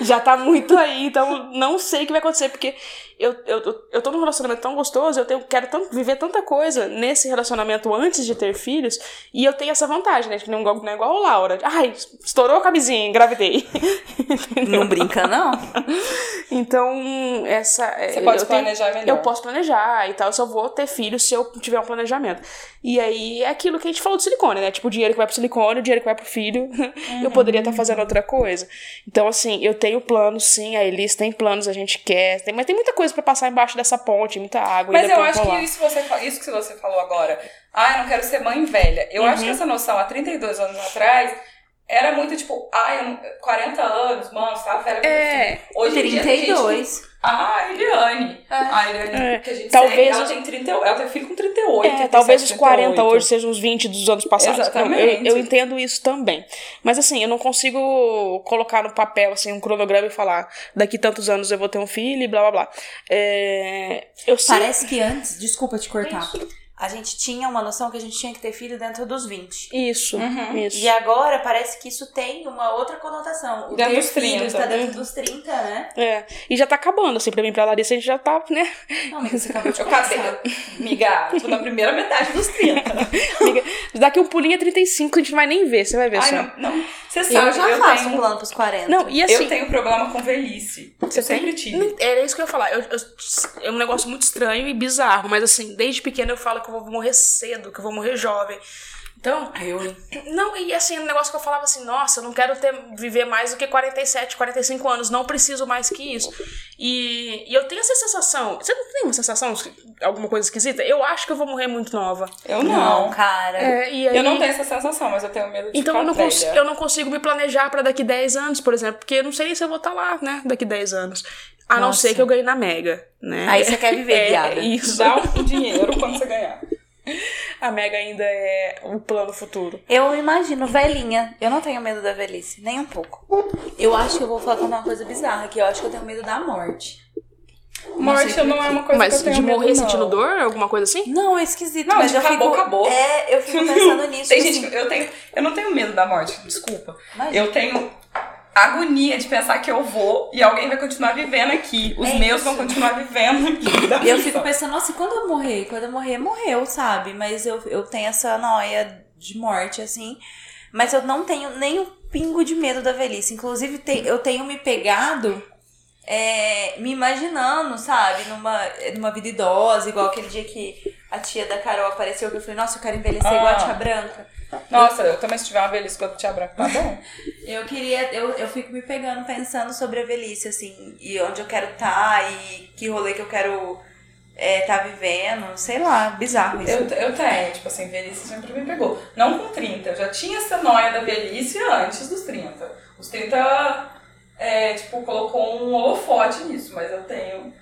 Speaker 4: Já tá muito aí, então não sei o que vai acontecer, porque eu, eu, eu- eu tô num relacionamento tão gostoso, eu tenho, quero tanto, viver tanta coisa nesse relacionamento antes de ter filhos, e eu tenho essa vantagem, né? Que não, não é igual o Laura. Ai, estourou a camisinha, engravidei. [laughs]
Speaker 5: Não brinca, não.
Speaker 4: Então, essa.
Speaker 3: Você pode
Speaker 4: eu tenho-
Speaker 3: planejar melhor.
Speaker 4: Eu posso planejar e tal, eu só vou ter filho se eu tiver um planejamento. E aí é aquilo que a gente falou do silicone, né? Tipo, o dinheiro que vai pro silicone, o dinheiro que vai pro filho. [laughs] Eu poderia estar fazendo outra coisa. Então, assim, eu tenho planos, sim, a Elis tem planos, a gente quer. tem- mas tem muita coisa pra passar embaixo dessa ponte, muita água.
Speaker 3: Mas
Speaker 4: ainda
Speaker 3: eu
Speaker 4: pra
Speaker 3: acho
Speaker 4: rolar.
Speaker 3: que isso, você, fa- isso que você falou agora, ah, eu não quero ser mãe velha. Eu
Speaker 4: Uhum.
Speaker 3: acho que essa noção há 32 anos atrás era muito tipo, ah, eu não- 40 anos, mano, você tá velha. pra
Speaker 4: É.
Speaker 3: isso. Hoje em dia tem gente que-
Speaker 5: 32.
Speaker 3: Ah, a Eliane. A Eliane,
Speaker 4: É.
Speaker 3: que a gente
Speaker 4: Talvez
Speaker 3: segue, ela
Speaker 4: os-
Speaker 3: tem 30, ela tem filho com 38.
Speaker 4: É, talvez os
Speaker 3: 37,
Speaker 4: 40
Speaker 3: 38.
Speaker 4: hoje sejam os 20 dos anos passados. Não, eu,
Speaker 3: Exatamente.
Speaker 4: eu entendo isso também. Mas assim, eu não consigo colocar no papel assim, um cronograma e falar daqui tantos anos eu vou ter um filho e blá blá blá. É, eu sei.
Speaker 5: Parece que antes, desculpa te cortar, a gente tinha uma noção que a gente tinha que ter filho dentro dos 20.
Speaker 4: Isso,
Speaker 3: Uhum.
Speaker 4: isso.
Speaker 5: E agora parece que isso tem uma outra conotação. O
Speaker 3: Dentro
Speaker 5: ter
Speaker 3: dos
Speaker 5: filhos
Speaker 3: 30.
Speaker 5: tá dentro dos 30, né?
Speaker 4: É, e já tá acabando, assim, pra mim, pra Larissa, a gente já tá, né? [laughs]
Speaker 5: Não, amiga, você acabou
Speaker 3: [laughs]
Speaker 5: de
Speaker 3: Eu casei,
Speaker 5: começar.
Speaker 3: miga, tipo, na primeira metade dos
Speaker 4: [laughs]
Speaker 3: 30.
Speaker 4: Daqui um pulinho é 35, a gente não vai nem ver, você vai ver
Speaker 3: Ai,
Speaker 4: só.
Speaker 3: não, não. Você sabe,
Speaker 5: Eu já faço um
Speaker 3: tenho,
Speaker 5: plano pros 40.
Speaker 4: Não, e assim.
Speaker 3: eu tenho problema com velhice. eu sempre tive.
Speaker 4: Não, Era é, isso que eu ia falar. Eu- eu- é um negócio muito estranho e bizarro, mas assim, desde pequena eu falo que eu vou morrer cedo, que eu vou morrer jovem. Então,
Speaker 3: Eu, hein?
Speaker 4: não, e assim, o negócio que eu falava assim, nossa, eu não quero ter, viver mais do que 47, 45 anos, não preciso mais que isso. E, e eu tenho essa sensação, você não tem uma sensação, alguma coisa esquisita? Eu acho que eu vou morrer muito nova.
Speaker 3: Eu não.
Speaker 5: cara.
Speaker 4: É, e aí-
Speaker 3: Eu não tenho essa sensação, mas eu tenho medo de
Speaker 4: Então
Speaker 3: ficar
Speaker 4: eu não, cons-
Speaker 3: velha.
Speaker 4: eu não consigo me planejar pra daqui 10 anos, por exemplo, porque eu não sei nem se eu vou estar lá, né, daqui 10 anos. A não
Speaker 5: Nossa.
Speaker 4: ser que eu ganhe na Mega, né?
Speaker 5: Aí você quer
Speaker 4: [laughs]
Speaker 5: viver,
Speaker 4: é, é
Speaker 5: viada.
Speaker 4: isso.
Speaker 3: Dá um dinheiro quando você ganhar.
Speaker 4: A Mega ainda é um plano futuro.
Speaker 5: Eu imagino velhinha. Eu não tenho medo da velhice, nem um pouco. Eu acho que eu vou falar uma coisa bizarra aqui. Eu acho que eu tenho medo da morte.
Speaker 3: Morte não é uma coisa que
Speaker 4: Mas
Speaker 3: eu tenho
Speaker 4: de
Speaker 3: medo,
Speaker 4: morrer
Speaker 3: não. [laughs]
Speaker 4: sentindo dor, alguma coisa assim?
Speaker 5: Não, é esquisito,
Speaker 3: Não,
Speaker 5: mas
Speaker 3: de
Speaker 5: eu
Speaker 3: acabou,
Speaker 5: fico.
Speaker 3: acabou.
Speaker 5: É, eu fico pensando nisso.
Speaker 3: Tem
Speaker 5: assim,
Speaker 3: gente que- eu tenho, eu não tenho medo da morte, desculpa.
Speaker 5: imagina.
Speaker 3: Eu tenho agonia de pensar que eu vou e alguém vai continuar vivendo aqui. Os
Speaker 5: É
Speaker 3: meus
Speaker 5: isso.
Speaker 3: vão continuar vivendo aqui. Dá
Speaker 5: Eu
Speaker 3: licença.
Speaker 5: fico pensando, nossa, [laughs] e quando eu morrer? Quando eu morrer, morreu, sabe? Mas eu, eu tenho essa noia de morte, assim. Mas eu não tenho nem um pingo de medo da velhice. Inclusive, te- eu tenho me pegado é, me imaginando, sabe? Numa, numa vida idosa, igual aquele dia que a tia da Carol apareceu, que eu falei, nossa, eu quero envelhecer igual a
Speaker 3: Ah.
Speaker 5: tia branca.
Speaker 3: Nossa, eu também se tiver uma velhice quando te branca, tá bom.
Speaker 5: Eu queria, eu, eu fico me pegando pensando sobre a velhice, assim, e onde eu quero estar, e que rolê que eu quero é, tá vivendo, sei lá, bizarro isso.
Speaker 3: Eu, eu tenho, tipo assim, velhice sempre me pegou. Não com 30, eu já tinha essa noia da velhice antes dos 30. Os 30, é, tipo, colocou um holofote nisso, mas eu tenho.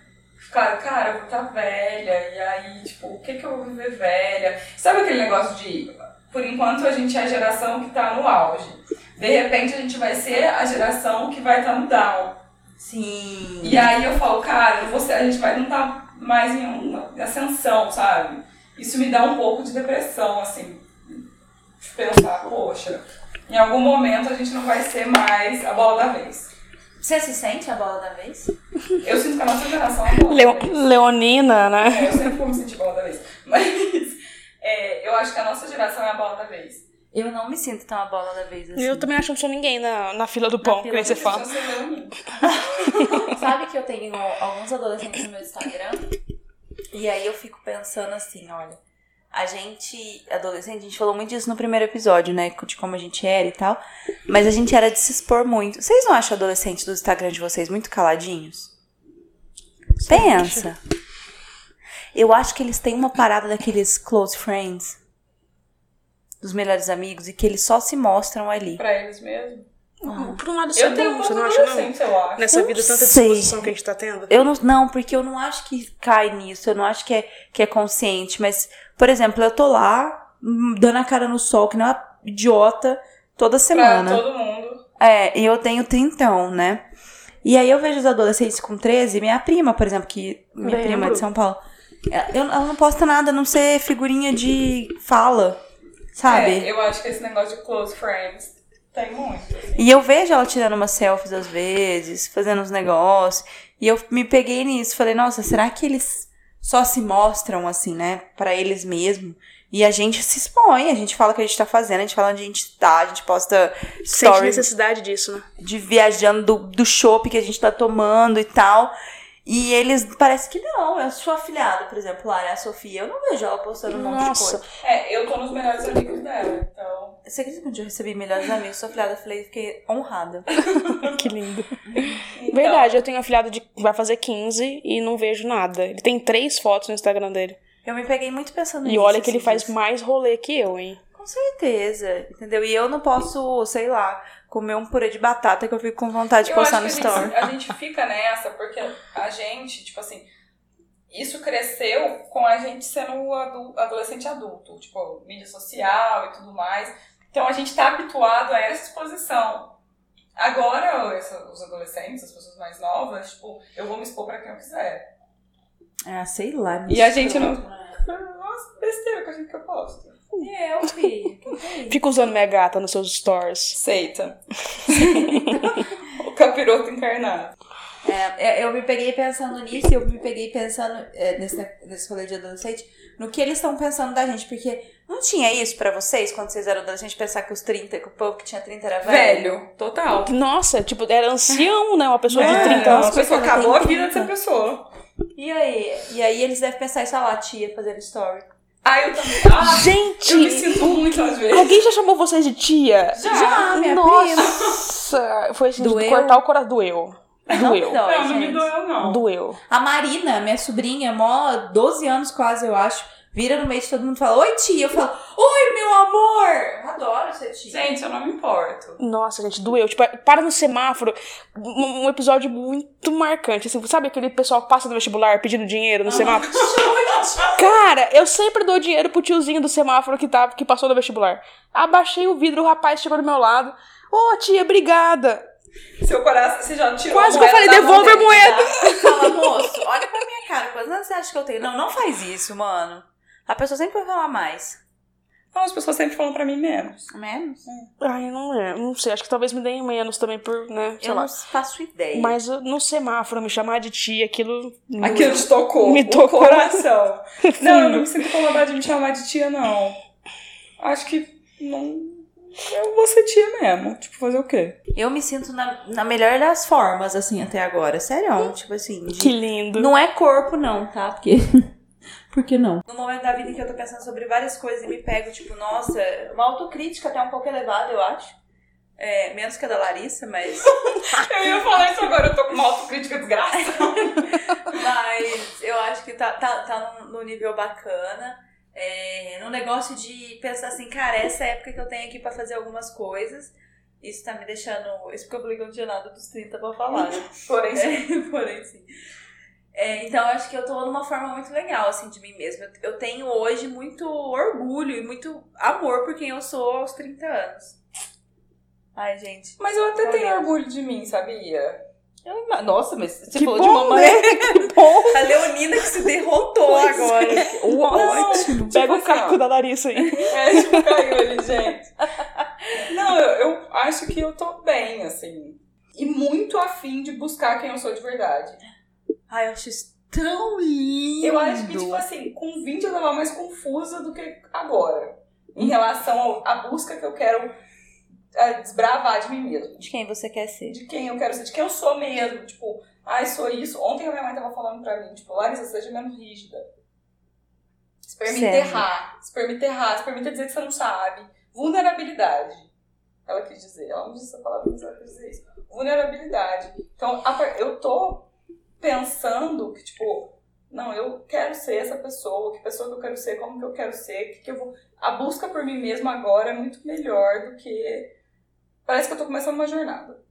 Speaker 3: Cara, cara, eu vou estar velha, e aí, tipo, o que que eu vou viver velha? Sabe aquele negócio de, por enquanto a gente é a geração que tá no auge. De repente a gente vai ser a geração que vai estar no down.
Speaker 5: Sim.
Speaker 3: E aí eu falo, cara, eu vou ser- a gente vai não tá mais em uma ascensão, sabe? Isso me dá um pouco de depressão, assim. Pensar, poxa, em algum momento a gente não vai ser mais a bola da vez.
Speaker 5: Você se sente a bola da vez?
Speaker 3: Eu sinto que a nossa geração é a bola da vez.
Speaker 4: Leonina, né?
Speaker 3: É, eu sempre vou me sentir bola da vez. [laughs] Mas é, eu acho que a nossa geração é a bola da vez.
Speaker 5: Eu não me sinto tão a bola da vez assim.
Speaker 4: Eu também acho que não sou ninguém na, na fila do pão, que nem você fala.
Speaker 3: Eu sou leonina.
Speaker 5: Sabe que eu tenho alguns adolescentes no meu Instagram? E aí eu fico pensando assim, olha. A gente, adolescente, a gente falou muito disso no primeiro episódio, né? De como a gente era e tal. Mas a gente era de se expor muito. Vocês não acham adolescente do Instagram de vocês muito caladinhos? Pensa. Eu acho que eles têm uma parada daqueles close friends. Dos melhores amigos. E que eles só se mostram ali.
Speaker 3: Pra eles mesmo.
Speaker 4: Por um lado, isso
Speaker 3: Eu
Speaker 4: é
Speaker 3: tenho um
Speaker 4: bom, você
Speaker 3: pouco
Speaker 4: não acha, não?
Speaker 3: adolescente, eu acho.
Speaker 4: Nessa
Speaker 5: Eu
Speaker 4: vida,
Speaker 5: não
Speaker 4: tanta
Speaker 5: sei.
Speaker 4: disposição que a gente tá tendo.
Speaker 5: Eu não, não, porque eu não acho que cai nisso, eu não acho que é, que é consciente, mas, por exemplo, eu tô lá, hum, dando a cara no sol, que não é uma idiota, toda
Speaker 3: Pra
Speaker 5: semana.
Speaker 3: todo mundo.
Speaker 5: É, e eu tenho trintão, né? E aí eu vejo os adolescentes com 13, minha prima, por exemplo, que minha
Speaker 4: Lembro.
Speaker 5: prima é de São Paulo, ela, eu- ela não posta nada, a não ser figurinha de fala, sabe?
Speaker 3: É, eu acho que esse negócio de close friends tem muito. assim.
Speaker 5: E eu vejo ela tirando umas selfies às vezes, fazendo uns negócios. E eu me peguei nisso. Falei, nossa, será que eles só se mostram assim, né? Pra eles mesmo? E a gente se expõe, a gente fala o que a gente tá fazendo, a gente fala onde a gente tá, a gente posta
Speaker 4: Sente
Speaker 5: stories
Speaker 4: necessidade
Speaker 3: [laughs]
Speaker 4: disso, né?
Speaker 5: de viajando do, do chopp que a gente tá tomando e tal. E eles, parece que não. Eu sou afilhada, por exemplo, lá, né? A Sofia, eu não vejo ela postando um monte de
Speaker 4: Nossa.
Speaker 5: coisa.
Speaker 3: É, eu tô nos melhores amigos dela, então.
Speaker 5: Você acredita que um dia eu recebi melhores amigos? Sou afilhada, eu falei, fiquei honrada.
Speaker 4: Que lindo.
Speaker 3: então
Speaker 4: Verdade, eu tenho um afilhado de vai fazer 15 e não vejo nada. Ele tem três fotos no Instagram dele.
Speaker 5: Eu me peguei muito pensando
Speaker 4: E
Speaker 5: nisso, assim,
Speaker 4: olha que ele
Speaker 5: esses
Speaker 4: faz
Speaker 5: dias.
Speaker 4: mais rolê que eu, hein?
Speaker 5: Com certeza, entendeu? E eu não posso, sei lá, comer um purê de batata que eu fico com vontade de
Speaker 3: eu
Speaker 5: postar no
Speaker 3: acho que
Speaker 5: story.
Speaker 3: A gente, a gente fica nessa porque a gente, tipo assim, isso cresceu com a gente sendo adu- adolescente adulto, tipo, mídia social e tudo mais. Então a gente tá habituado a essa exposição. Agora, essa- os adolescentes, as pessoas mais novas, tipo, eu vou me expor pra quem eu quiser.
Speaker 5: Ah, sei lá. me
Speaker 3: E a gente não-
Speaker 5: escroto, né?
Speaker 3: Nossa, besteira que eu gente que eu posto.
Speaker 5: E eu, filho? Que que é isso?
Speaker 4: Fica usando minha gata nos seus stories.
Speaker 3: Seita. [laughs] o capiroto encarnado.
Speaker 5: É, eu me peguei pensando nisso e eu me peguei pensando é, nesse, nesse rolê de adolescente, no que eles estão pensando da gente, porque não tinha isso pra vocês quando vocês eram adolescentes, pensar que os 30, que o povo que tinha 30 era velho?
Speaker 3: Velho, É. total.
Speaker 4: Nossa, tipo, era ancião, né? Uma pessoa de
Speaker 3: É,
Speaker 4: 30
Speaker 3: A
Speaker 4: anos.
Speaker 3: pessoa
Speaker 5: coitada, tem
Speaker 3: acabou a vida
Speaker 5: 30.
Speaker 3: dessa pessoa.
Speaker 5: E aí? E aí eles devem pensar isso, olha lá, a tia "Ah fazendo story.
Speaker 3: Ah, eu também. Ah, eu me
Speaker 4: Gente!
Speaker 3: sinto muito às vezes.
Speaker 4: Alguém já chamou vocês de tia?
Speaker 3: Já.
Speaker 5: minha
Speaker 4: Nossa! Foi assim, de
Speaker 5: Doeu?
Speaker 4: cortar o coração. Doeu. Doeu.
Speaker 5: Não,
Speaker 3: Não, não
Speaker 5: gente.
Speaker 3: me doeu, não.
Speaker 4: Doeu.
Speaker 5: A Marina, minha sobrinha, mó 12 anos quase, eu acho, vira no meio de todo mundo e fala, oi tia. Eu falo, oi meu amor. Adoro ser tia.
Speaker 3: Gente, eu não me [laughs] importo.
Speaker 4: Nossa, gente, doeu. Tipo, para no semáforo. Um um episódio muito marcante. Assim, sabe aquele pessoal que passa no vestibular pedindo dinheiro no semáforo? Cara, eu sempre dou dinheiro pro tiozinho do semáforo que, tá, que passou no vestibular. Abaixei o vidro, o rapaz chegou do meu lado. Ô, tia, obrigada.
Speaker 3: Seu coração, você já tirou
Speaker 4: Quase
Speaker 3: a
Speaker 4: que eu
Speaker 3: moeda
Speaker 4: falei,
Speaker 3: da mão
Speaker 4: devolve a
Speaker 3: dele.
Speaker 4: moeda.
Speaker 5: [laughs] Fala, moço, olha pra minha cara, quantos anos você acha que eu tenho? Não, não faz isso, mano. A pessoa sempre vai falar mais. Hum,
Speaker 3: Não, as pessoas sempre falam pra mim menos.
Speaker 5: Menos?
Speaker 4: Ai, não é. Não sei. Acho que talvez me deem menos também por, né? Sei
Speaker 5: eu
Speaker 4: lá.
Speaker 5: não faço ideia.
Speaker 4: Mas uh, no semáforo, me chamar de tia, aquilo.
Speaker 3: Aquilo te tocou.
Speaker 4: Me
Speaker 3: o
Speaker 4: tocou. [laughs]
Speaker 3: coração. Não, eu não me sinto incomodada de me chamar de tia, não. Acho que não. Eu vou ser tia mesmo. Tipo, fazer o quê?
Speaker 5: Eu me sinto na, na melhor das formas, assim, até agora. Sério, tipo assim. de-
Speaker 4: Que lindo.
Speaker 5: Não é corpo, não, tá? Porque. [laughs] Por que não? No momento da vida em que eu tô pensando sobre várias coisas e me pego, tipo, nossa, uma autocrítica até um pouco elevada, eu acho. É, menos que a da Larissa, mas.
Speaker 3: Eu ia falar isso agora, eu tô com uma autocrítica desgraça.
Speaker 5: Mas eu acho que tá, tá, tá num- num nível bacana. É, num negócio de pensar assim, cara, essa época que eu tenho aqui pra fazer algumas coisas. Isso tá me deixando. Isso porque eu falei que eu não tinha nada dos 30 pra falar. né?
Speaker 3: Porém,
Speaker 5: É, [laughs] porém, sim. É, então, eu acho que eu tô numa forma muito legal, assim, de mim mesma. Eu eu tenho hoje muito orgulho e muito amor por quem eu sou aos 30 anos. Ai, gente.
Speaker 3: Mas eu até tenho orgulho de mim, sabia?
Speaker 6: Eu ima- Nossa, mas você
Speaker 4: Que
Speaker 6: falou
Speaker 4: bom, né?
Speaker 6: de uma mãe.
Speaker 5: A Leonina que se derrotou agora.
Speaker 3: é.
Speaker 4: [laughs] Uau,
Speaker 3: Não,
Speaker 4: ótimo. Pega o
Speaker 3: assim,
Speaker 4: caco
Speaker 3: ó.
Speaker 4: da Larissa aí.
Speaker 3: É, tipo, caiu ali, gente. Não, eu, eu acho que eu tô bem, assim. E muito afim de buscar quem eu sou de verdade.
Speaker 5: Ai, eu acho isso tão lindo.
Speaker 3: Eu acho que, tipo assim, com 20 eu tava mais confusa do que agora. Em relação ao- à busca que eu quero é, desbravar de mim mesmo.
Speaker 5: De quem você quer ser.
Speaker 3: De quem eu quero ser, de quem eu sou mesmo. Tipo, ai, sou isso. Ontem a minha mãe tava falando pra mim, tipo, Larissa, seja menos rígida. Se permita
Speaker 5: Sério?
Speaker 3: errar. Se permita errar. Se permita dizer que você não sabe. Vulnerabilidade. Ela quis dizer. Ela não disse essa palavra, mas ela quis dizer isso. Vulnerabilidade. Então, a par- eu tô pensando que, tipo, não, eu quero ser essa pessoa, que pessoa que eu quero ser, como que eu quero ser, que que eu vou... A busca por mim mesma agora é muito melhor do que... Parece que eu tô começando uma jornada.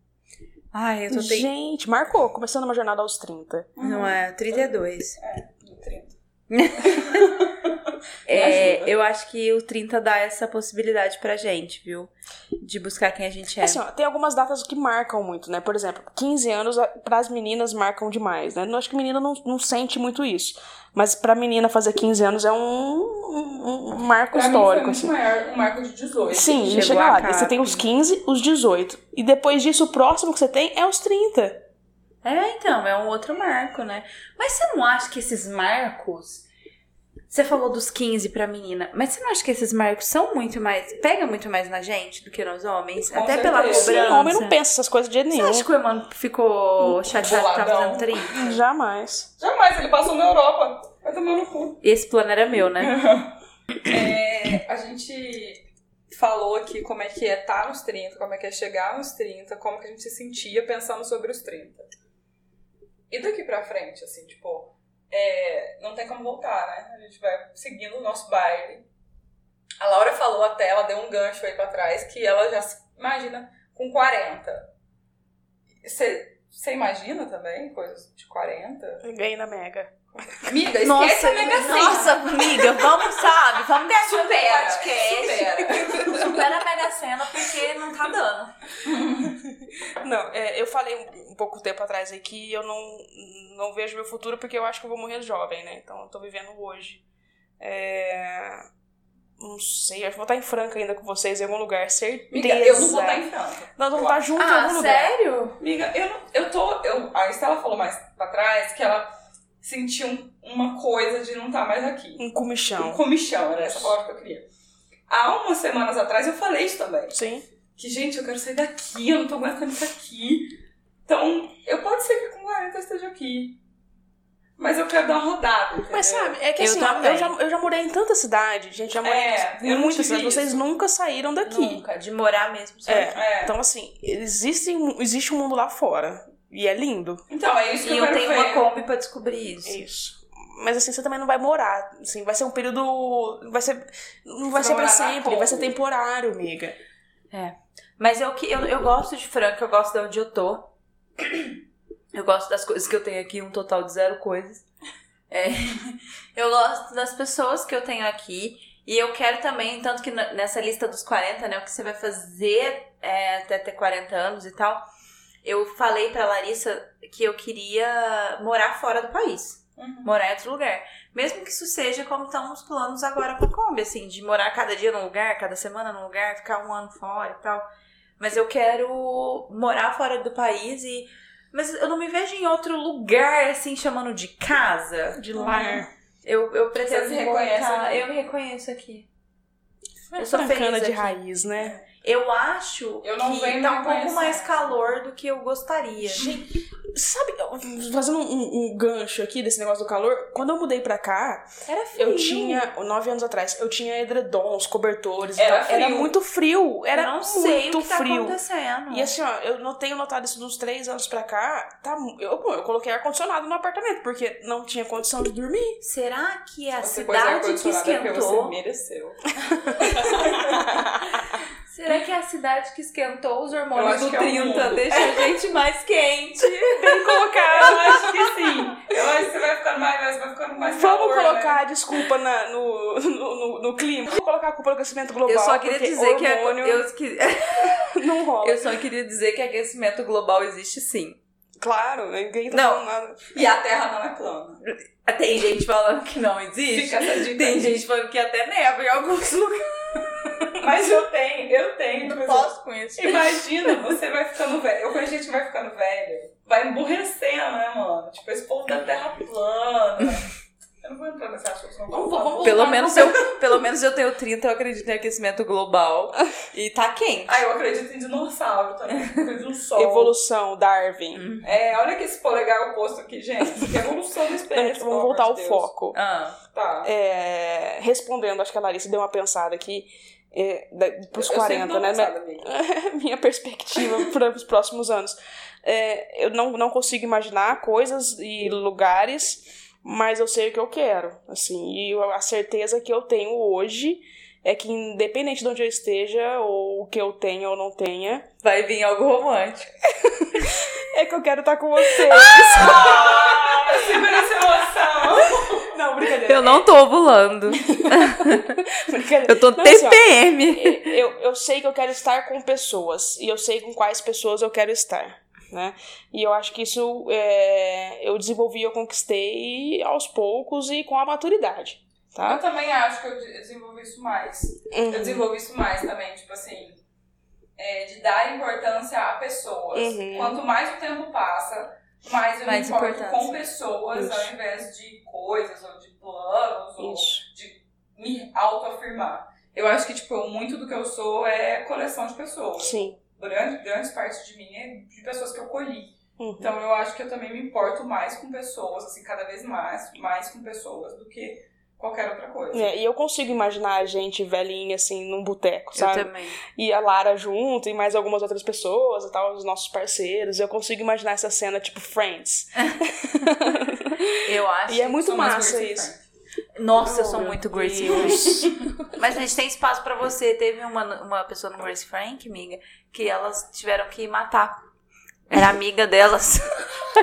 Speaker 5: Ai, eu tô bem.
Speaker 4: Gente, marcou. Começando uma jornada aos 30.
Speaker 5: Não é, 32.
Speaker 3: Do 30.
Speaker 5: É,
Speaker 3: Ajuda.
Speaker 5: eu acho que o 30 dá essa possibilidade pra gente, viu? De buscar quem a gente é.
Speaker 4: Assim, ó, tem algumas datas que marcam muito, né? Por exemplo, 15 anos para as meninas marcam demais, né? Eu acho que menina não, não sente muito isso. Mas pra menina fazer 15 anos é um, um- um marco
Speaker 3: Pra mim foi
Speaker 4: histórico,
Speaker 3: muito
Speaker 4: assim.
Speaker 3: maior um marco de 18.
Speaker 4: Sim,
Speaker 5: Chegou
Speaker 4: ele chega
Speaker 5: a
Speaker 4: lá.
Speaker 5: cara.
Speaker 4: Você tem
Speaker 3: né?
Speaker 4: os 15, os 18. E depois disso, o próximo que você tem é os 30.
Speaker 5: É, então, é um outro marco, né? Mas você não acha que esses marcos. Você falou dos 15 pra menina, mas você não acha que esses marcos são muito mais. pega muito mais na gente do que nos homens?
Speaker 3: Com
Speaker 5: Até pela
Speaker 3: certeza.
Speaker 4: Sim,
Speaker 5: cobrança.
Speaker 4: o homem não pensa essas coisas de jeito
Speaker 5: Você
Speaker 4: nenhum.
Speaker 5: acha que o Emmanuel ficou chateado que tava
Speaker 3: Boladão.
Speaker 5: fazendo 30?
Speaker 4: Jamais.
Speaker 3: Jamais, ele passou na Europa. Vai tomar no cu.
Speaker 5: Esse plano era meu, né?
Speaker 3: [laughs] É, a gente falou aqui como é que é estar nos 30, como é que é chegar nos 30, como que a gente se sentia pensando sobre os 30. E daqui pra frente, assim, tipo, é, não tem como voltar, né? A gente vai seguindo o nosso baile. A Laura falou até, ela deu um gancho aí pra trás, que ela já se imagina com 40. Você você imagina também coisas de 40?
Speaker 4: Ganhei na Mega.
Speaker 3: Amiga, esquece
Speaker 5: Nossa,
Speaker 3: a Mega Sena.
Speaker 5: nossa, amiga, vamos, sabe? Vamos deixar o
Speaker 3: supera,
Speaker 5: podcast.
Speaker 3: supera.
Speaker 5: Supera a Mega Sena porque não tá dando.
Speaker 4: Não, é, eu falei um, um pouco tempo atrás aí que eu não, não vejo meu futuro porque eu acho que eu vou morrer jovem, né? Então eu tô vivendo hoje. É, Não sei, acho que vou estar em Franca ainda com vocês em algum lugar, certeza.
Speaker 3: Amiga, eu não vou estar em Franca.
Speaker 4: Nós vamos estar juntos em
Speaker 5: Ah,
Speaker 4: algum lugar.
Speaker 5: sério?
Speaker 3: Amiga, eu, não- eu tô. Eu, a Estela falou mais pra trás que ela sentiu um- uma coisa de não estar mais aqui.
Speaker 4: Um
Speaker 3: Um
Speaker 4: comichão.
Speaker 3: comichão, era essa palavra que eu queria. Há umas semanas atrás eu falei isso também.
Speaker 4: Sim.
Speaker 3: Que, gente, eu quero sair daqui, eu não tô aguentando isso aqui. Então, eu pode ser que com 40 eu esteja aqui. Mas eu quero dar uma rodada. Entendeu?
Speaker 4: Mas sabe, é que
Speaker 5: Eu
Speaker 4: assim, ó,
Speaker 5: também.
Speaker 4: eu já, eu já morei em tanta cidade, gente, já morei
Speaker 3: É,
Speaker 4: em
Speaker 3: eu não
Speaker 4: muitas
Speaker 3: tive
Speaker 4: cidades. Vocês
Speaker 3: isso.
Speaker 4: nunca saíram daqui.
Speaker 5: Nunca, de morar mesmo. só
Speaker 4: É.
Speaker 5: aqui.
Speaker 3: É.
Speaker 4: Então, assim, existe, um- existe um mundo lá fora. E é lindo.
Speaker 3: Então, é isso que
Speaker 5: E
Speaker 3: eu
Speaker 5: eu
Speaker 3: quero
Speaker 5: tenho
Speaker 3: ver.
Speaker 5: uma Kombi pra descobrir isso.
Speaker 4: É Isso. Mas assim, você também não vai morar. Assim, vai ser um período. Vai ser. Não vai
Speaker 3: Você
Speaker 4: ser
Speaker 3: vai
Speaker 4: pra
Speaker 3: morar na
Speaker 4: sempre, vai ser
Speaker 3: Kombi.
Speaker 4: temporário, amiga.
Speaker 5: Mas eu, que- eu, eu gosto de Franca, eu gosto de onde eu tô. Eu gosto das coisas que eu tenho aqui, um total de zero coisas. É, [laughs] eu gosto das pessoas que eu tenho aqui. E eu quero também, tanto que na- nessa lista dos 40, né? O que você vai fazer é, até ter 40 anos e tal. Eu falei pra Larissa que eu queria morar fora do país.
Speaker 3: Uhum.
Speaker 5: Morar em outro lugar. Mesmo que isso seja como estão os planos agora com a Kombi, assim, de morar cada dia num lugar, cada semana num lugar, ficar um ano fora e tal. Mas eu quero morar fora do país e. Mas eu não me vejo em outro lugar, assim, chamando de casa.
Speaker 4: De lar.
Speaker 5: Eu, eu pretendo
Speaker 3: Você se reconhece
Speaker 5: voltar-
Speaker 3: aqui?
Speaker 5: Eu me reconheço aqui.
Speaker 4: Eu
Speaker 5: né? Eu sou
Speaker 4: francana
Speaker 5: feliz
Speaker 4: de
Speaker 5: aqui.
Speaker 4: raiz, né?
Speaker 5: Eu acho
Speaker 3: Eu não
Speaker 5: que
Speaker 3: venho
Speaker 5: tá
Speaker 3: me
Speaker 5: um pouco
Speaker 3: conhecer.
Speaker 5: mais calor do que eu gostaria.
Speaker 4: Sabe, fazendo um, um gancho aqui desse negócio do calor, quando eu mudei pra cá,
Speaker 5: Era frio.
Speaker 4: Eu tinha, nove anos atrás, eu tinha edredons, cobertores.
Speaker 3: Era
Speaker 4: então, era
Speaker 3: frio.
Speaker 4: muito frio. Era
Speaker 5: eu não
Speaker 4: muito
Speaker 5: sei o que tá
Speaker 4: frio.
Speaker 5: acontecendo.
Speaker 4: E assim, ó, eu não tenho notado isso de uns três anos pra cá. Tá, mu- eu, bom, eu coloquei ar-condicionado no apartamento, porque não tinha condição de dormir.
Speaker 5: Será que é a
Speaker 3: Você pôs
Speaker 5: cidade que
Speaker 3: ar-condicionado é porque
Speaker 5: esquentou?
Speaker 3: Você mereceu.
Speaker 5: Será que é a cidade que esquentou os
Speaker 3: Eu
Speaker 5: hormônios
Speaker 3: acho
Speaker 5: do
Speaker 3: que é o
Speaker 5: 30?
Speaker 3: mundo.
Speaker 5: Deixa a gente mais quente.
Speaker 3: Cara, eu acho que sim. Eu acho que você vai ficando mais, você vai ficando mais
Speaker 4: Vamos
Speaker 3: calor, né?
Speaker 4: colocar a desculpa na- no, no, no- no clima. Vamos colocar a culpa no aquecimento global.
Speaker 5: Eu só queria
Speaker 4: porque
Speaker 5: dizer que, é-
Speaker 4: hormônio
Speaker 5: eu, que-
Speaker 4: [laughs] não rola.
Speaker 5: eu só queria dizer que aquecimento global existe sim.
Speaker 4: Claro, ninguém tá
Speaker 5: Não.
Speaker 4: falando nada.
Speaker 3: E a Terra não é plana.
Speaker 5: Tem gente falando que não existe.
Speaker 3: Fica essa dica.
Speaker 5: Tem gente falando que até neva em alguns [laughs] lugares.
Speaker 3: Mas eu tenho, eu tenho.
Speaker 5: Não
Speaker 3: mas
Speaker 5: posso com isso.
Speaker 3: eu- Imagina, você vai ficando velho. Quando a gente vai ficando velho, vai emburrecendo, né, mano? Tipo, esse povo da Terra plana. Eu não vou entrar nesse assunto, não.
Speaker 4: Vamos- vamos- vamos-
Speaker 5: Pelo
Speaker 4: vamos-
Speaker 5: menos, eu, pelo menos eu tenho 30, eu acredito em aquecimento global. E tá quente.
Speaker 3: Ah, eu acredito em dinossauro também.
Speaker 4: [laughs]
Speaker 3: Acredito no sol.
Speaker 4: Evolução, Darwin.
Speaker 3: É, olha que esse polegar oposto aqui, gente. Que evolução da espécie. pelo
Speaker 4: É, Vamos voltar
Speaker 3: amor
Speaker 4: ao
Speaker 3: de Deus.
Speaker 4: foco.
Speaker 5: Ah,
Speaker 3: Tá.
Speaker 4: É, respondendo, acho que a Larissa deu uma pensada aqui é, da- pros 40, né? Mas- [laughs] Minha perspectiva [laughs] para os próximos anos. É, eu não, não consigo imaginar coisas e lugares, mas eu sei o que eu quero. Assim, e eu- a certeza que eu tenho hoje é que, independente de onde eu esteja, ou o que eu tenha ou não tenha,
Speaker 5: vai vir algo romântico.
Speaker 4: é que eu quero estar com
Speaker 5: [laughs]
Speaker 4: vocês.
Speaker 3: Ah, segura essa emoção.
Speaker 4: [laughs] não, brincadeira.
Speaker 5: Eu não tô ovulando.
Speaker 4: [laughs] brincadeira.
Speaker 5: Eu tô
Speaker 4: Não, assim, ó,
Speaker 5: TPM.
Speaker 4: eu, eu sei que eu quero estar com pessoas e eu sei com quais pessoas eu quero estar, né? E eu acho que isso é, eu desenvolvi, eu conquistei aos poucos e com a maturidade,
Speaker 3: Eu
Speaker 4: tá?
Speaker 3: também acho que eu de- desenvolvi isso mais.
Speaker 4: Uhum.
Speaker 3: Eu desenvolvi isso mais também, tipo assim. é, de dar importância a pessoas.
Speaker 4: Uhum.
Speaker 3: Quanto mais o tempo passa, mais eu
Speaker 5: Mais
Speaker 3: me importo
Speaker 5: importância.
Speaker 3: com pessoas
Speaker 4: Isso.
Speaker 3: ao invés de coisas ou de planos ou
Speaker 4: Isso.
Speaker 3: me autoafirmar. Eu acho que, tipo, muito do que eu sou é coleção de pessoas.
Speaker 4: Sim.
Speaker 3: Grande, grandes partes de mim é de pessoas que eu colhi.
Speaker 4: Uhum.
Speaker 3: Então eu acho que eu também me importo mais com pessoas, assim, cada vez mais, mais com pessoas do que qualquer outra coisa.
Speaker 4: É, e eu consigo imaginar a gente velhinha assim num boteco, sabe?
Speaker 5: também.
Speaker 4: E a Lara junto e mais algumas outras pessoas e tal, os nossos parceiros. Eu consigo imaginar essa cena tipo Friends.
Speaker 5: Eu acho.
Speaker 4: E é muito
Speaker 3: Sou mais
Speaker 4: massa
Speaker 3: Gracie
Speaker 4: isso.
Speaker 3: Frank.
Speaker 5: Nossa, eu
Speaker 4: Oh,
Speaker 5: sou
Speaker 4: meu
Speaker 5: muito Gracie
Speaker 4: Deus.
Speaker 5: [laughs] Frank. Mas a gente tem espaço pra você. Teve uma, uma pessoa no Grace Frank, amiga, que elas tiveram que matar. Era amiga delas.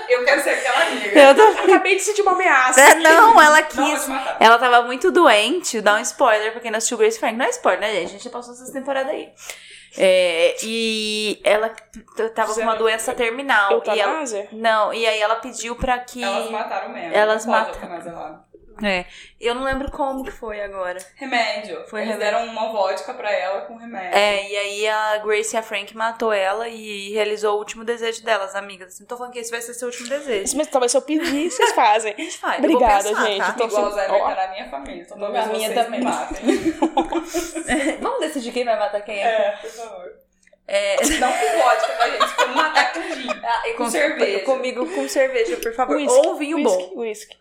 Speaker 3: Eu quero ser aquela
Speaker 4: [laughs]
Speaker 3: amiga.
Speaker 5: Eu tô...
Speaker 4: Acabei de sentir uma ameaça.
Speaker 5: É, Não, ela
Speaker 3: Não vou
Speaker 5: quis.
Speaker 3: te matar.
Speaker 5: Ela tava muito doente, dá um spoiler pra quem não assistiu Grace Frank. Não é spoiler, né, gente? A gente já passou essa temporada aí. É, e ela t- t- tava com uma doença terminal. E ela,
Speaker 4: Eutanásia?
Speaker 5: não, e aí ela pediu pra que.
Speaker 3: Elas mataram mesmo.
Speaker 5: Elas
Speaker 3: Não pode
Speaker 5: mataram.
Speaker 3: eutanásia lá.
Speaker 5: É. Eu não lembro como que foi agora.
Speaker 3: Remédio.
Speaker 5: Foi
Speaker 3: Eles
Speaker 5: remédio.
Speaker 3: deram uma vodka pra ela com remédio.
Speaker 5: É, e aí a Grace e a Frank matou ela e realizou o último desejo delas, amigas. Assim, Não tô falando que esse vai ser seu último desejo.
Speaker 4: Mas talvez se eu pedir, vocês fazem.
Speaker 5: A gente faz. Eu vou
Speaker 4: Obrigada,
Speaker 5: pensar,
Speaker 4: gente.
Speaker 5: tá?
Speaker 4: Tô
Speaker 3: Igual o
Speaker 4: assim,
Speaker 3: Zé
Speaker 4: ó.
Speaker 3: vai na minha família. Então talvez
Speaker 5: A minha
Speaker 3: vocês
Speaker 5: também.
Speaker 3: me matem.
Speaker 5: [laughs] Vamos decidir quem vai matar quem é.
Speaker 3: É, por favor.
Speaker 5: É,
Speaker 3: Dá um vodka pra gente, pra matar com gin.
Speaker 5: ah, e
Speaker 3: Com cerveja.
Speaker 5: Comigo com cerveja, por favor.
Speaker 4: Whisky,
Speaker 5: Ou um vinho
Speaker 4: whisky,
Speaker 5: bom.
Speaker 4: Whisky.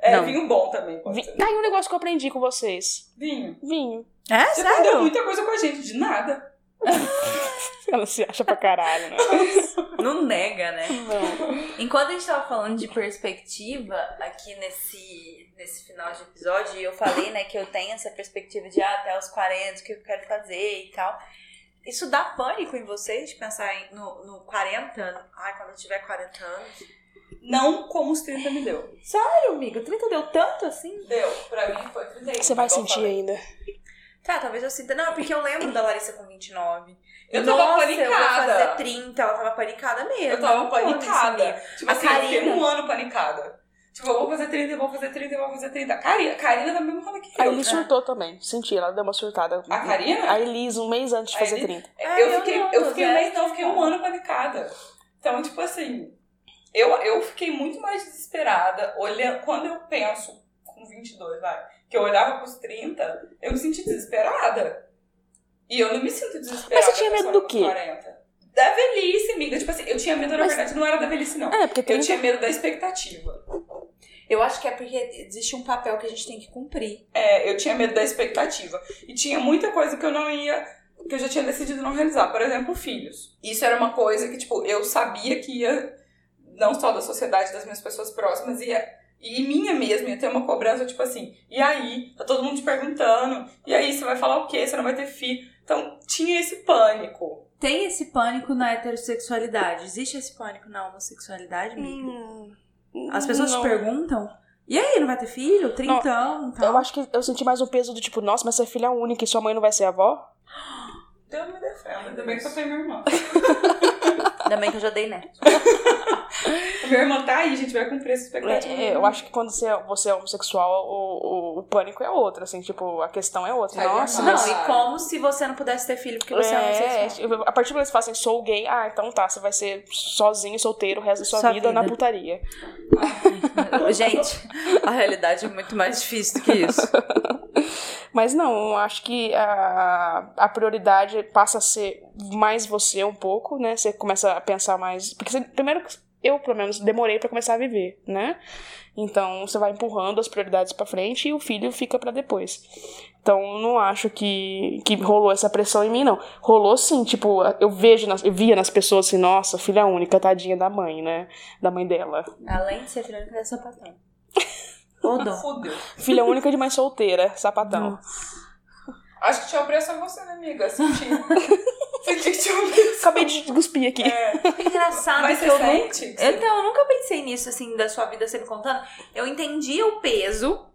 Speaker 3: É,
Speaker 5: Não.
Speaker 3: vinho bom também, pode
Speaker 4: Vi-
Speaker 3: ser.
Speaker 4: Tá aí um negócio que eu aprendi com vocês.
Speaker 3: Vinho.
Speaker 4: Vinho. [laughs]
Speaker 5: É,
Speaker 3: Você aprendeu
Speaker 5: sério?
Speaker 3: muita coisa com a gente, de nada.
Speaker 4: Ela se acha pra caralho, né?
Speaker 5: Não nega, né? Enquanto a gente tava falando de perspectiva aqui nesse, nesse final de episódio, e eu falei, né, que eu tenho essa perspectiva de ah, até os 40, o que eu quero fazer e tal. Isso dá pânico em vocês de pensar em- no, no 40 anos? Ai, quando eu tiver 40 anos.
Speaker 3: Não como os 30 me deu.
Speaker 5: Sério, amiga? 30 deu tanto assim?
Speaker 3: Deu. Pra mim foi 31.
Speaker 4: Você vai
Speaker 3: igual eu
Speaker 4: sentir
Speaker 3: falei.
Speaker 4: ainda.
Speaker 5: Tá, talvez eu sinta. Não, é porque eu lembro da Larissa com 29.
Speaker 3: Eu tava
Speaker 5: Nossa, Eu
Speaker 3: panicada.
Speaker 5: vou fazer 30, ela tava panicada mesmo.
Speaker 3: Eu tava
Speaker 5: Não pode isso, amiga.
Speaker 3: panicada. Tipo
Speaker 5: A
Speaker 3: assim, eu fiquei
Speaker 5: Karina-
Speaker 3: um ano panicada. Tipo, eu vou fazer 30, eu vou fazer 30, eu vou fazer 30. A Karina, a Karina tá mesmo rolê que
Speaker 4: A
Speaker 3: eu.
Speaker 4: Elis surtou também. Senti, ela deu uma surtada.
Speaker 3: A Karina?
Speaker 4: A Elis, um mês antes de
Speaker 3: A
Speaker 4: fazer
Speaker 3: Elis-
Speaker 4: 30.
Speaker 5: Ah,
Speaker 3: eu,
Speaker 5: eu
Speaker 3: fiquei,
Speaker 5: não,
Speaker 3: eu
Speaker 5: tô
Speaker 3: fiquei um
Speaker 5: zero
Speaker 3: mês, não, eu fiquei um ano panicada. Então, tipo assim, eu, eu fiquei muito mais desesperada. Olha, quando eu penso com 22, vai, que eu olhava pros 30, eu me senti desesperada. E eu não me sinto desesperada.
Speaker 4: Mas você tinha
Speaker 3: com
Speaker 4: medo
Speaker 3: essa
Speaker 4: do
Speaker 3: com
Speaker 4: quê?
Speaker 3: 40. Da velhice, amiga. Tipo assim, eu tinha medo, na
Speaker 4: Mas-
Speaker 3: verdade, não era da velhice, não.
Speaker 4: É, porque
Speaker 3: Eu
Speaker 4: 30
Speaker 3: tinha medo da expectativa.
Speaker 5: Eu acho que é porque existe um papel que a gente tem que cumprir.
Speaker 3: É, eu tinha medo da expectativa. E tinha muita coisa que eu não ia. que eu já tinha decidido não realizar. Por exemplo, filhos. Isso era uma coisa que, tipo, eu sabia que ia. não só da sociedade, das minhas pessoas próximas, ia. E minha mesmo, ia ter uma cobrança, tipo assim, e aí? Tá todo mundo te perguntando, e aí você vai falar o quê? Você não vai ter filho. Então, tinha esse pânico.
Speaker 5: Tem esse pânico na heterossexualidade? Existe esse pânico na homossexualidade, amiga?
Speaker 4: Hum,
Speaker 5: é As pessoas
Speaker 4: não.
Speaker 5: te perguntam, e aí, não vai ter filho?
Speaker 4: Eu
Speaker 5: Trintão, tal.
Speaker 4: acho que eu senti mais um peso do tipo, nossa, mas você é filha única e sua mãe não vai ser avó?
Speaker 3: Deus Então, me defenda, ainda bem que eu tenho minha irmã. [laughs]
Speaker 5: Ainda bem que eu já dei né.
Speaker 3: minha irmã tá aí, gente, vai cumprir essa expectativa.
Speaker 4: É, é, eu acho que quando você é, você é homossexual, o, o, o pânico é outro, assim, tipo, a questão é outra.
Speaker 3: Sai do
Speaker 4: nossa,
Speaker 5: Não,
Speaker 3: armário.
Speaker 4: mas-
Speaker 5: e como se você não pudesse ter filho porque você é, homossexual.
Speaker 4: tipo, a partir do momento que você fala assim, sou gay, ah, então tá, você vai ser sozinho, solteiro o resto da sua
Speaker 5: Sua
Speaker 4: vida,
Speaker 5: vida.
Speaker 4: na putaria.
Speaker 5: Gente, a realidade é muito mais difícil do que isso.
Speaker 4: Mas não, eu acho que a, a prioridade passa a ser mais você um pouco, né? Você começa a pensar mais. Porque você, primeiro que eu, pelo menos, demorei pra começar a viver, né? Então você vai empurrando as prioridades pra frente e o filho fica pra depois. Então eu não acho que, que rolou essa pressão em mim, não. Rolou sim, tipo, eu vejo, nas- eu via nas pessoas assim, nossa, filha única, tadinha da mãe, né? Da mãe dela.
Speaker 5: Além de ser filho, eu quero ser sapatão. Ou dom.
Speaker 3: Fudeu.
Speaker 4: Filha única de mãe solteira, sapatão.
Speaker 3: Acho que te opressa você, né, amiga?
Speaker 5: [laughs]
Speaker 3: Senti. Senti que te opressa.
Speaker 4: Acabei de cuspir aqui.
Speaker 5: É engraçado
Speaker 3: Mas
Speaker 5: que
Speaker 3: você
Speaker 5: eu nunca
Speaker 3: sente?
Speaker 5: Então, eu nunca pensei nisso, assim, da sua vida você me contando. Eu entendi o peso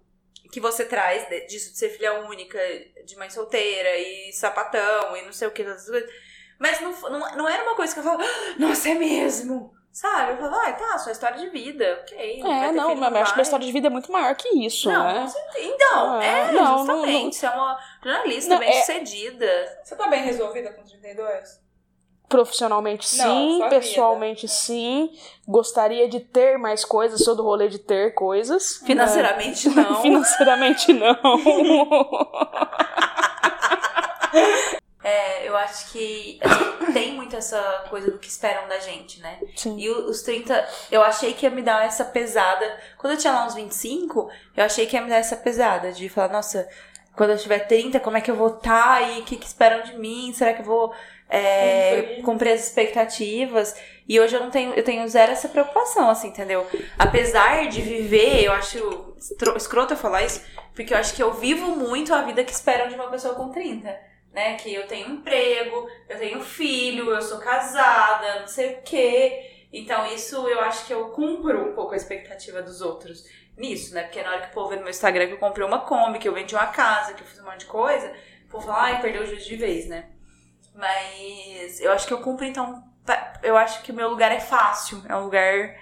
Speaker 5: que você traz de- disso de ser filha única, de mãe solteira e sapatão e não sei o que, todas essas coisas. Mas não, fo- não, não era uma coisa que eu falava, "Ah, nossa, é mesmo? Sabe? Eu falava, ah, tá, sua história de vida, ok. vai
Speaker 4: É,
Speaker 5: ter
Speaker 4: não,
Speaker 5: filho,
Speaker 4: mas eu acho que
Speaker 5: vai."
Speaker 4: minha história de vida é muito maior que isso,
Speaker 5: Não,
Speaker 4: né?
Speaker 5: com certeza. Então,
Speaker 4: Ah,
Speaker 5: é,
Speaker 4: não, não,
Speaker 5: justamente.
Speaker 4: não.
Speaker 5: Você é uma jornalista
Speaker 4: Não,
Speaker 5: bem
Speaker 4: é-
Speaker 5: sucedida.
Speaker 3: Você tá bem resolvida com 32?
Speaker 4: Profissionalmente
Speaker 3: Não,
Speaker 4: sim,
Speaker 3: sua vida.
Speaker 4: pessoalmente sim. Gostaria de ter mais coisas, sou do rolê de ter coisas. [laughs]
Speaker 5: Financeiramente,
Speaker 4: Mas-
Speaker 5: não.
Speaker 4: Financeiramente
Speaker 5: [laughs]
Speaker 4: não.
Speaker 5: É, eu acho que assim, tem muito essa coisa do que esperam da gente, né?
Speaker 4: sim.
Speaker 5: E o- os 30, eu achei que ia me dar essa pesada. Quando eu tinha lá uns 25, eu achei que ia me dar essa pesada de falar, nossa, quando eu tiver 30, como é que eu vou estar e o que, que esperam de mim? Será que eu vou é,
Speaker 3: Cumprir.
Speaker 5: cumprir as expectativas? E hoje eu não tenho, eu tenho zero essa preocupação, assim, entendeu? Apesar de viver, eu acho estro- escroto eu falar isso, porque eu acho que eu vivo muito a vida que esperam de uma pessoa com 30. Né, que eu tenho um emprego, eu tenho filho, eu sou casada, não sei o quê. Então, isso eu acho que eu cumpro um pouco a expectativa dos outros nisso, né? Porque na hora que o povo vê no meu Instagram que eu comprei uma Kombi, que eu vendi uma casa, que eu fiz um monte de coisa, o povo fala, ai, perdeu o juízo de vez, né? Mas eu acho que eu cumpro, então. pa- Eu acho que o meu lugar é fácil. É um lugar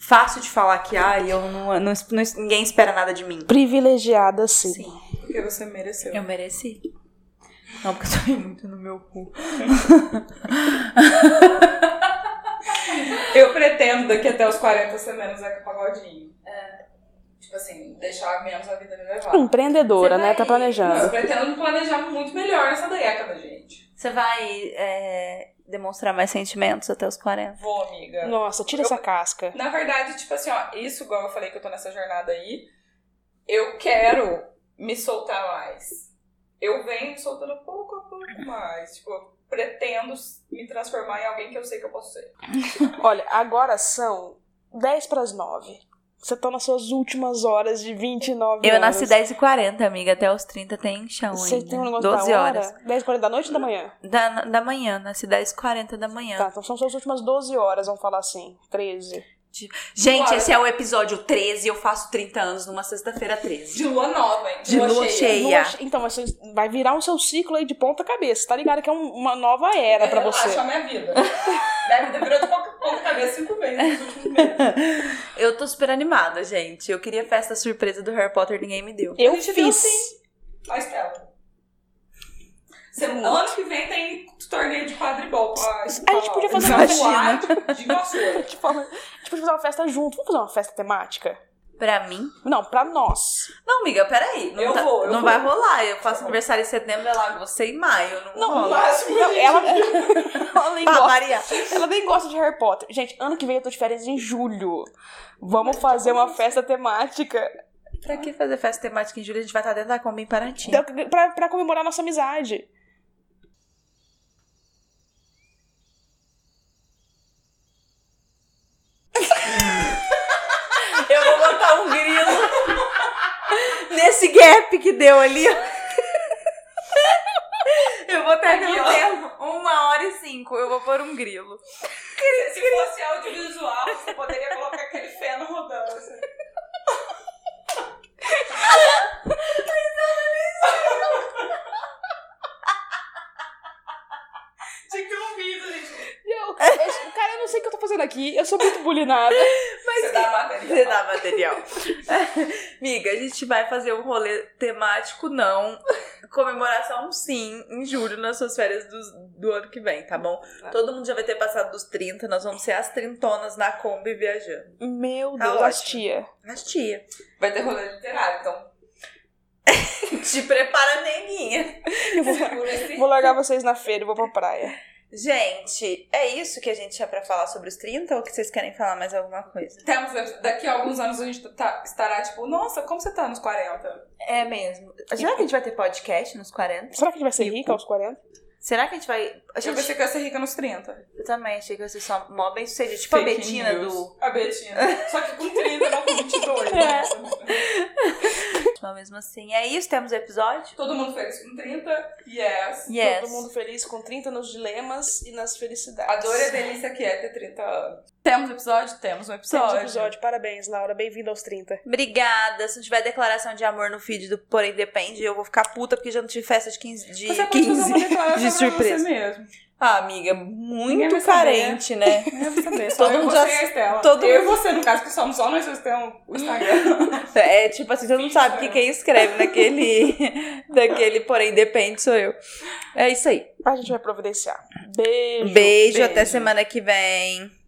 Speaker 5: fácil de falar que, ai, eu não, não, não- ninguém espera nada de mim.
Speaker 4: Privilegiada sim.
Speaker 3: Porque você mereceu.
Speaker 5: Eu mereci. Não, porque eu tomei muito no meu cu.
Speaker 3: Eu pretendo daqui até os 40 ser menos Zeca Pagodinho.
Speaker 5: É.
Speaker 3: Tipo assim, deixar menos a vida me levar.
Speaker 5: Hum.
Speaker 4: Empreendedora,
Speaker 5: Você
Speaker 4: né?
Speaker 5: vai-
Speaker 4: Tá planejando.
Speaker 3: Eu pretendo me planejar muito melhor essa década, gente.
Speaker 5: Você vai é, demonstrar mais sentimentos até os 40?
Speaker 3: Vou, amiga.
Speaker 4: Nossa, tira
Speaker 3: Eu-
Speaker 4: essa casca.
Speaker 3: Na verdade, tipo assim, ó, isso, igual eu falei que eu tô nessa jornada aí, Eu quero me soltar mais. Eu venho me soltando pouco a pouco mais. Tipo, eu pretendo me transformar em alguém que eu sei que eu posso ser.
Speaker 4: Olha, agora são 10 pras 9. Você tá nas suas últimas horas de 29
Speaker 5: Eu
Speaker 4: horas.
Speaker 5: nasci 10h40, amiga. Até os 30 tem chão
Speaker 4: Você
Speaker 5: ainda.
Speaker 4: tem um negócio
Speaker 5: 12
Speaker 4: da hora?
Speaker 5: né? horas.
Speaker 4: 10 e 40 da noite ou da manhã?
Speaker 5: Da, da manhã, nasci 10h40 da manhã.
Speaker 4: Tá, então são suas últimas 12 horas, vamos falar assim. 13.
Speaker 5: Gente,
Speaker 3: Bora.
Speaker 5: esse é o episódio 13. Eu faço 30 anos numa sexta-feira 13.
Speaker 3: De lua nova, hein?
Speaker 5: De lua cheia.
Speaker 4: Lua che- Então, você vai virar o seu ciclo aí de ponta cabeça. Tá ligado que é um- uma nova era pra
Speaker 3: Eu acho
Speaker 4: você.
Speaker 3: a minha vida. [laughs] Minha vida virou de ponta ponta cabeça cinco vezes nos últimos meses.
Speaker 5: Eu tô super animada, gente. Eu queria festa surpresa do Harry Potter, ninguém me deu.
Speaker 4: Eu
Speaker 3: A gente deu
Speaker 4: fiz.
Speaker 3: Ó, Estela. Semana, ano que vem tem torneio de quadribol. A
Speaker 4: A gente podia fazer
Speaker 5: uma
Speaker 3: De Iguaçu.
Speaker 4: Tipo, a gente podia fazer uma festa junto. Vamos fazer uma festa temática?
Speaker 5: Pra mim?
Speaker 4: Não, pra nós.
Speaker 5: Não, amiga, peraí. Não
Speaker 3: Eu
Speaker 5: tá-
Speaker 3: vou, eu
Speaker 5: Não
Speaker 3: vou.
Speaker 5: vai rolar. Eu faço aniversário em setembro, é lá você em maio. Não,
Speaker 4: Não,
Speaker 5: rola. Ah,
Speaker 3: Máximo,
Speaker 4: Não,
Speaker 3: gente.
Speaker 4: ela, ela, nem
Speaker 5: Pra
Speaker 4: gosta,
Speaker 5: variar.
Speaker 4: ela nem gosta de Harry Potter. Gente, ano que vem eu tô de férias em julho. Vamos fazer uma festa temática
Speaker 5: Pra que fazer festa temática em julho? A gente vai estar dentro da Kombi em Paraty.
Speaker 4: da- Então, pra, pra comemorar nossa amizade.
Speaker 5: Eu vou botar um grilo. [laughs] Nesse gap que deu ali. ó. [laughs] Eu vou estar aqui, ó. um Uma hora e cinco. Eu vou pôr um grilo.
Speaker 3: Se fosse audiovisual, você poderia colocar aquele feno rodando. Assim. Tinha que ter um vídeo, gente.
Speaker 4: Eu, eu- cara, eu não sei o que eu tô fazendo aqui. Eu sou muito bulinada.
Speaker 3: Você dá material.
Speaker 5: Você dá [laughs] material. Amiga, a gente vai fazer um rolê temático, não. Comemoração, sim, em julho, nas suas férias do, do ano que vem, tá bom? Todo mundo já vai ter passado dos 30. Nós vamos ser as trintonas na Kombi viajando.
Speaker 4: Meu
Speaker 5: Tá
Speaker 4: Deus, as
Speaker 5: ótimo.
Speaker 4: tia.
Speaker 5: As tia. [laughs]
Speaker 3: Vai ter rolê literário, então.
Speaker 5: Te prepara, neguinha.
Speaker 4: Eu vou,
Speaker 3: Por esse
Speaker 4: vou largar vocês na feira e vou pra praia.
Speaker 5: Gente, é isso que a gente tinha pra falar sobre os 30 ou que vocês querem falar mais alguma coisa?
Speaker 3: Temos, daqui a alguns anos a gente tá- estará tipo, nossa, como você tá nos 40?
Speaker 5: É mesmo. Será que a gente vai ter podcast nos 40?
Speaker 4: Será que a gente vai ser rica aos 40?
Speaker 5: Será que a gente vai. A
Speaker 3: Eu
Speaker 5: gente...
Speaker 3: pensei que eu ia ser rica nos 30.
Speaker 5: Eu também achei que eu ia ser só mó bem sucedida. Tipo a
Speaker 3: Fake
Speaker 5: Betina
Speaker 3: news.
Speaker 5: [laughs] do.
Speaker 3: A Betina. Só que com 30, não com 22. né?
Speaker 5: Mas mesmo assim. É isso, temos o episódio?
Speaker 3: Todo mundo feliz com 30? Yes.
Speaker 5: Yes.
Speaker 4: Todo mundo feliz com 30 nos dilemas e nas felicidades.
Speaker 3: A dor e a delícia que é ter 30 anos. Temos episódio? Temos um
Speaker 4: Temos
Speaker 3: episódio.
Speaker 4: um episódio. Parabéns, Laura. Bem-vinda aos 30.
Speaker 5: Obrigada. Se não tiver declaração de amor no feed do Porém Depende, eu vou ficar puta porque já não tive festa de 15. De
Speaker 3: Você pode fazer
Speaker 5: 15.
Speaker 3: uma declaração
Speaker 5: [laughs] de
Speaker 3: pra
Speaker 5: surpresa.
Speaker 3: você mesmo.
Speaker 5: Ah, amiga,
Speaker 3: Ninguém vai
Speaker 5: muito
Speaker 3: saber.
Speaker 5: carente, né?
Speaker 3: Eu vou saber. Só
Speaker 5: Todo
Speaker 3: eu,
Speaker 5: mundo
Speaker 3: você
Speaker 5: já-
Speaker 3: e a Estela.
Speaker 5: todo
Speaker 3: eu e você, no caso, que somos só nós dois temos o Instagram.
Speaker 5: É tipo assim, você não sabe que quem escreve naquele, [laughs] naquele porém depende sou eu. É isso aí.
Speaker 4: A gente vai providenciar. Beijo.
Speaker 5: Beijo, até semana que vem.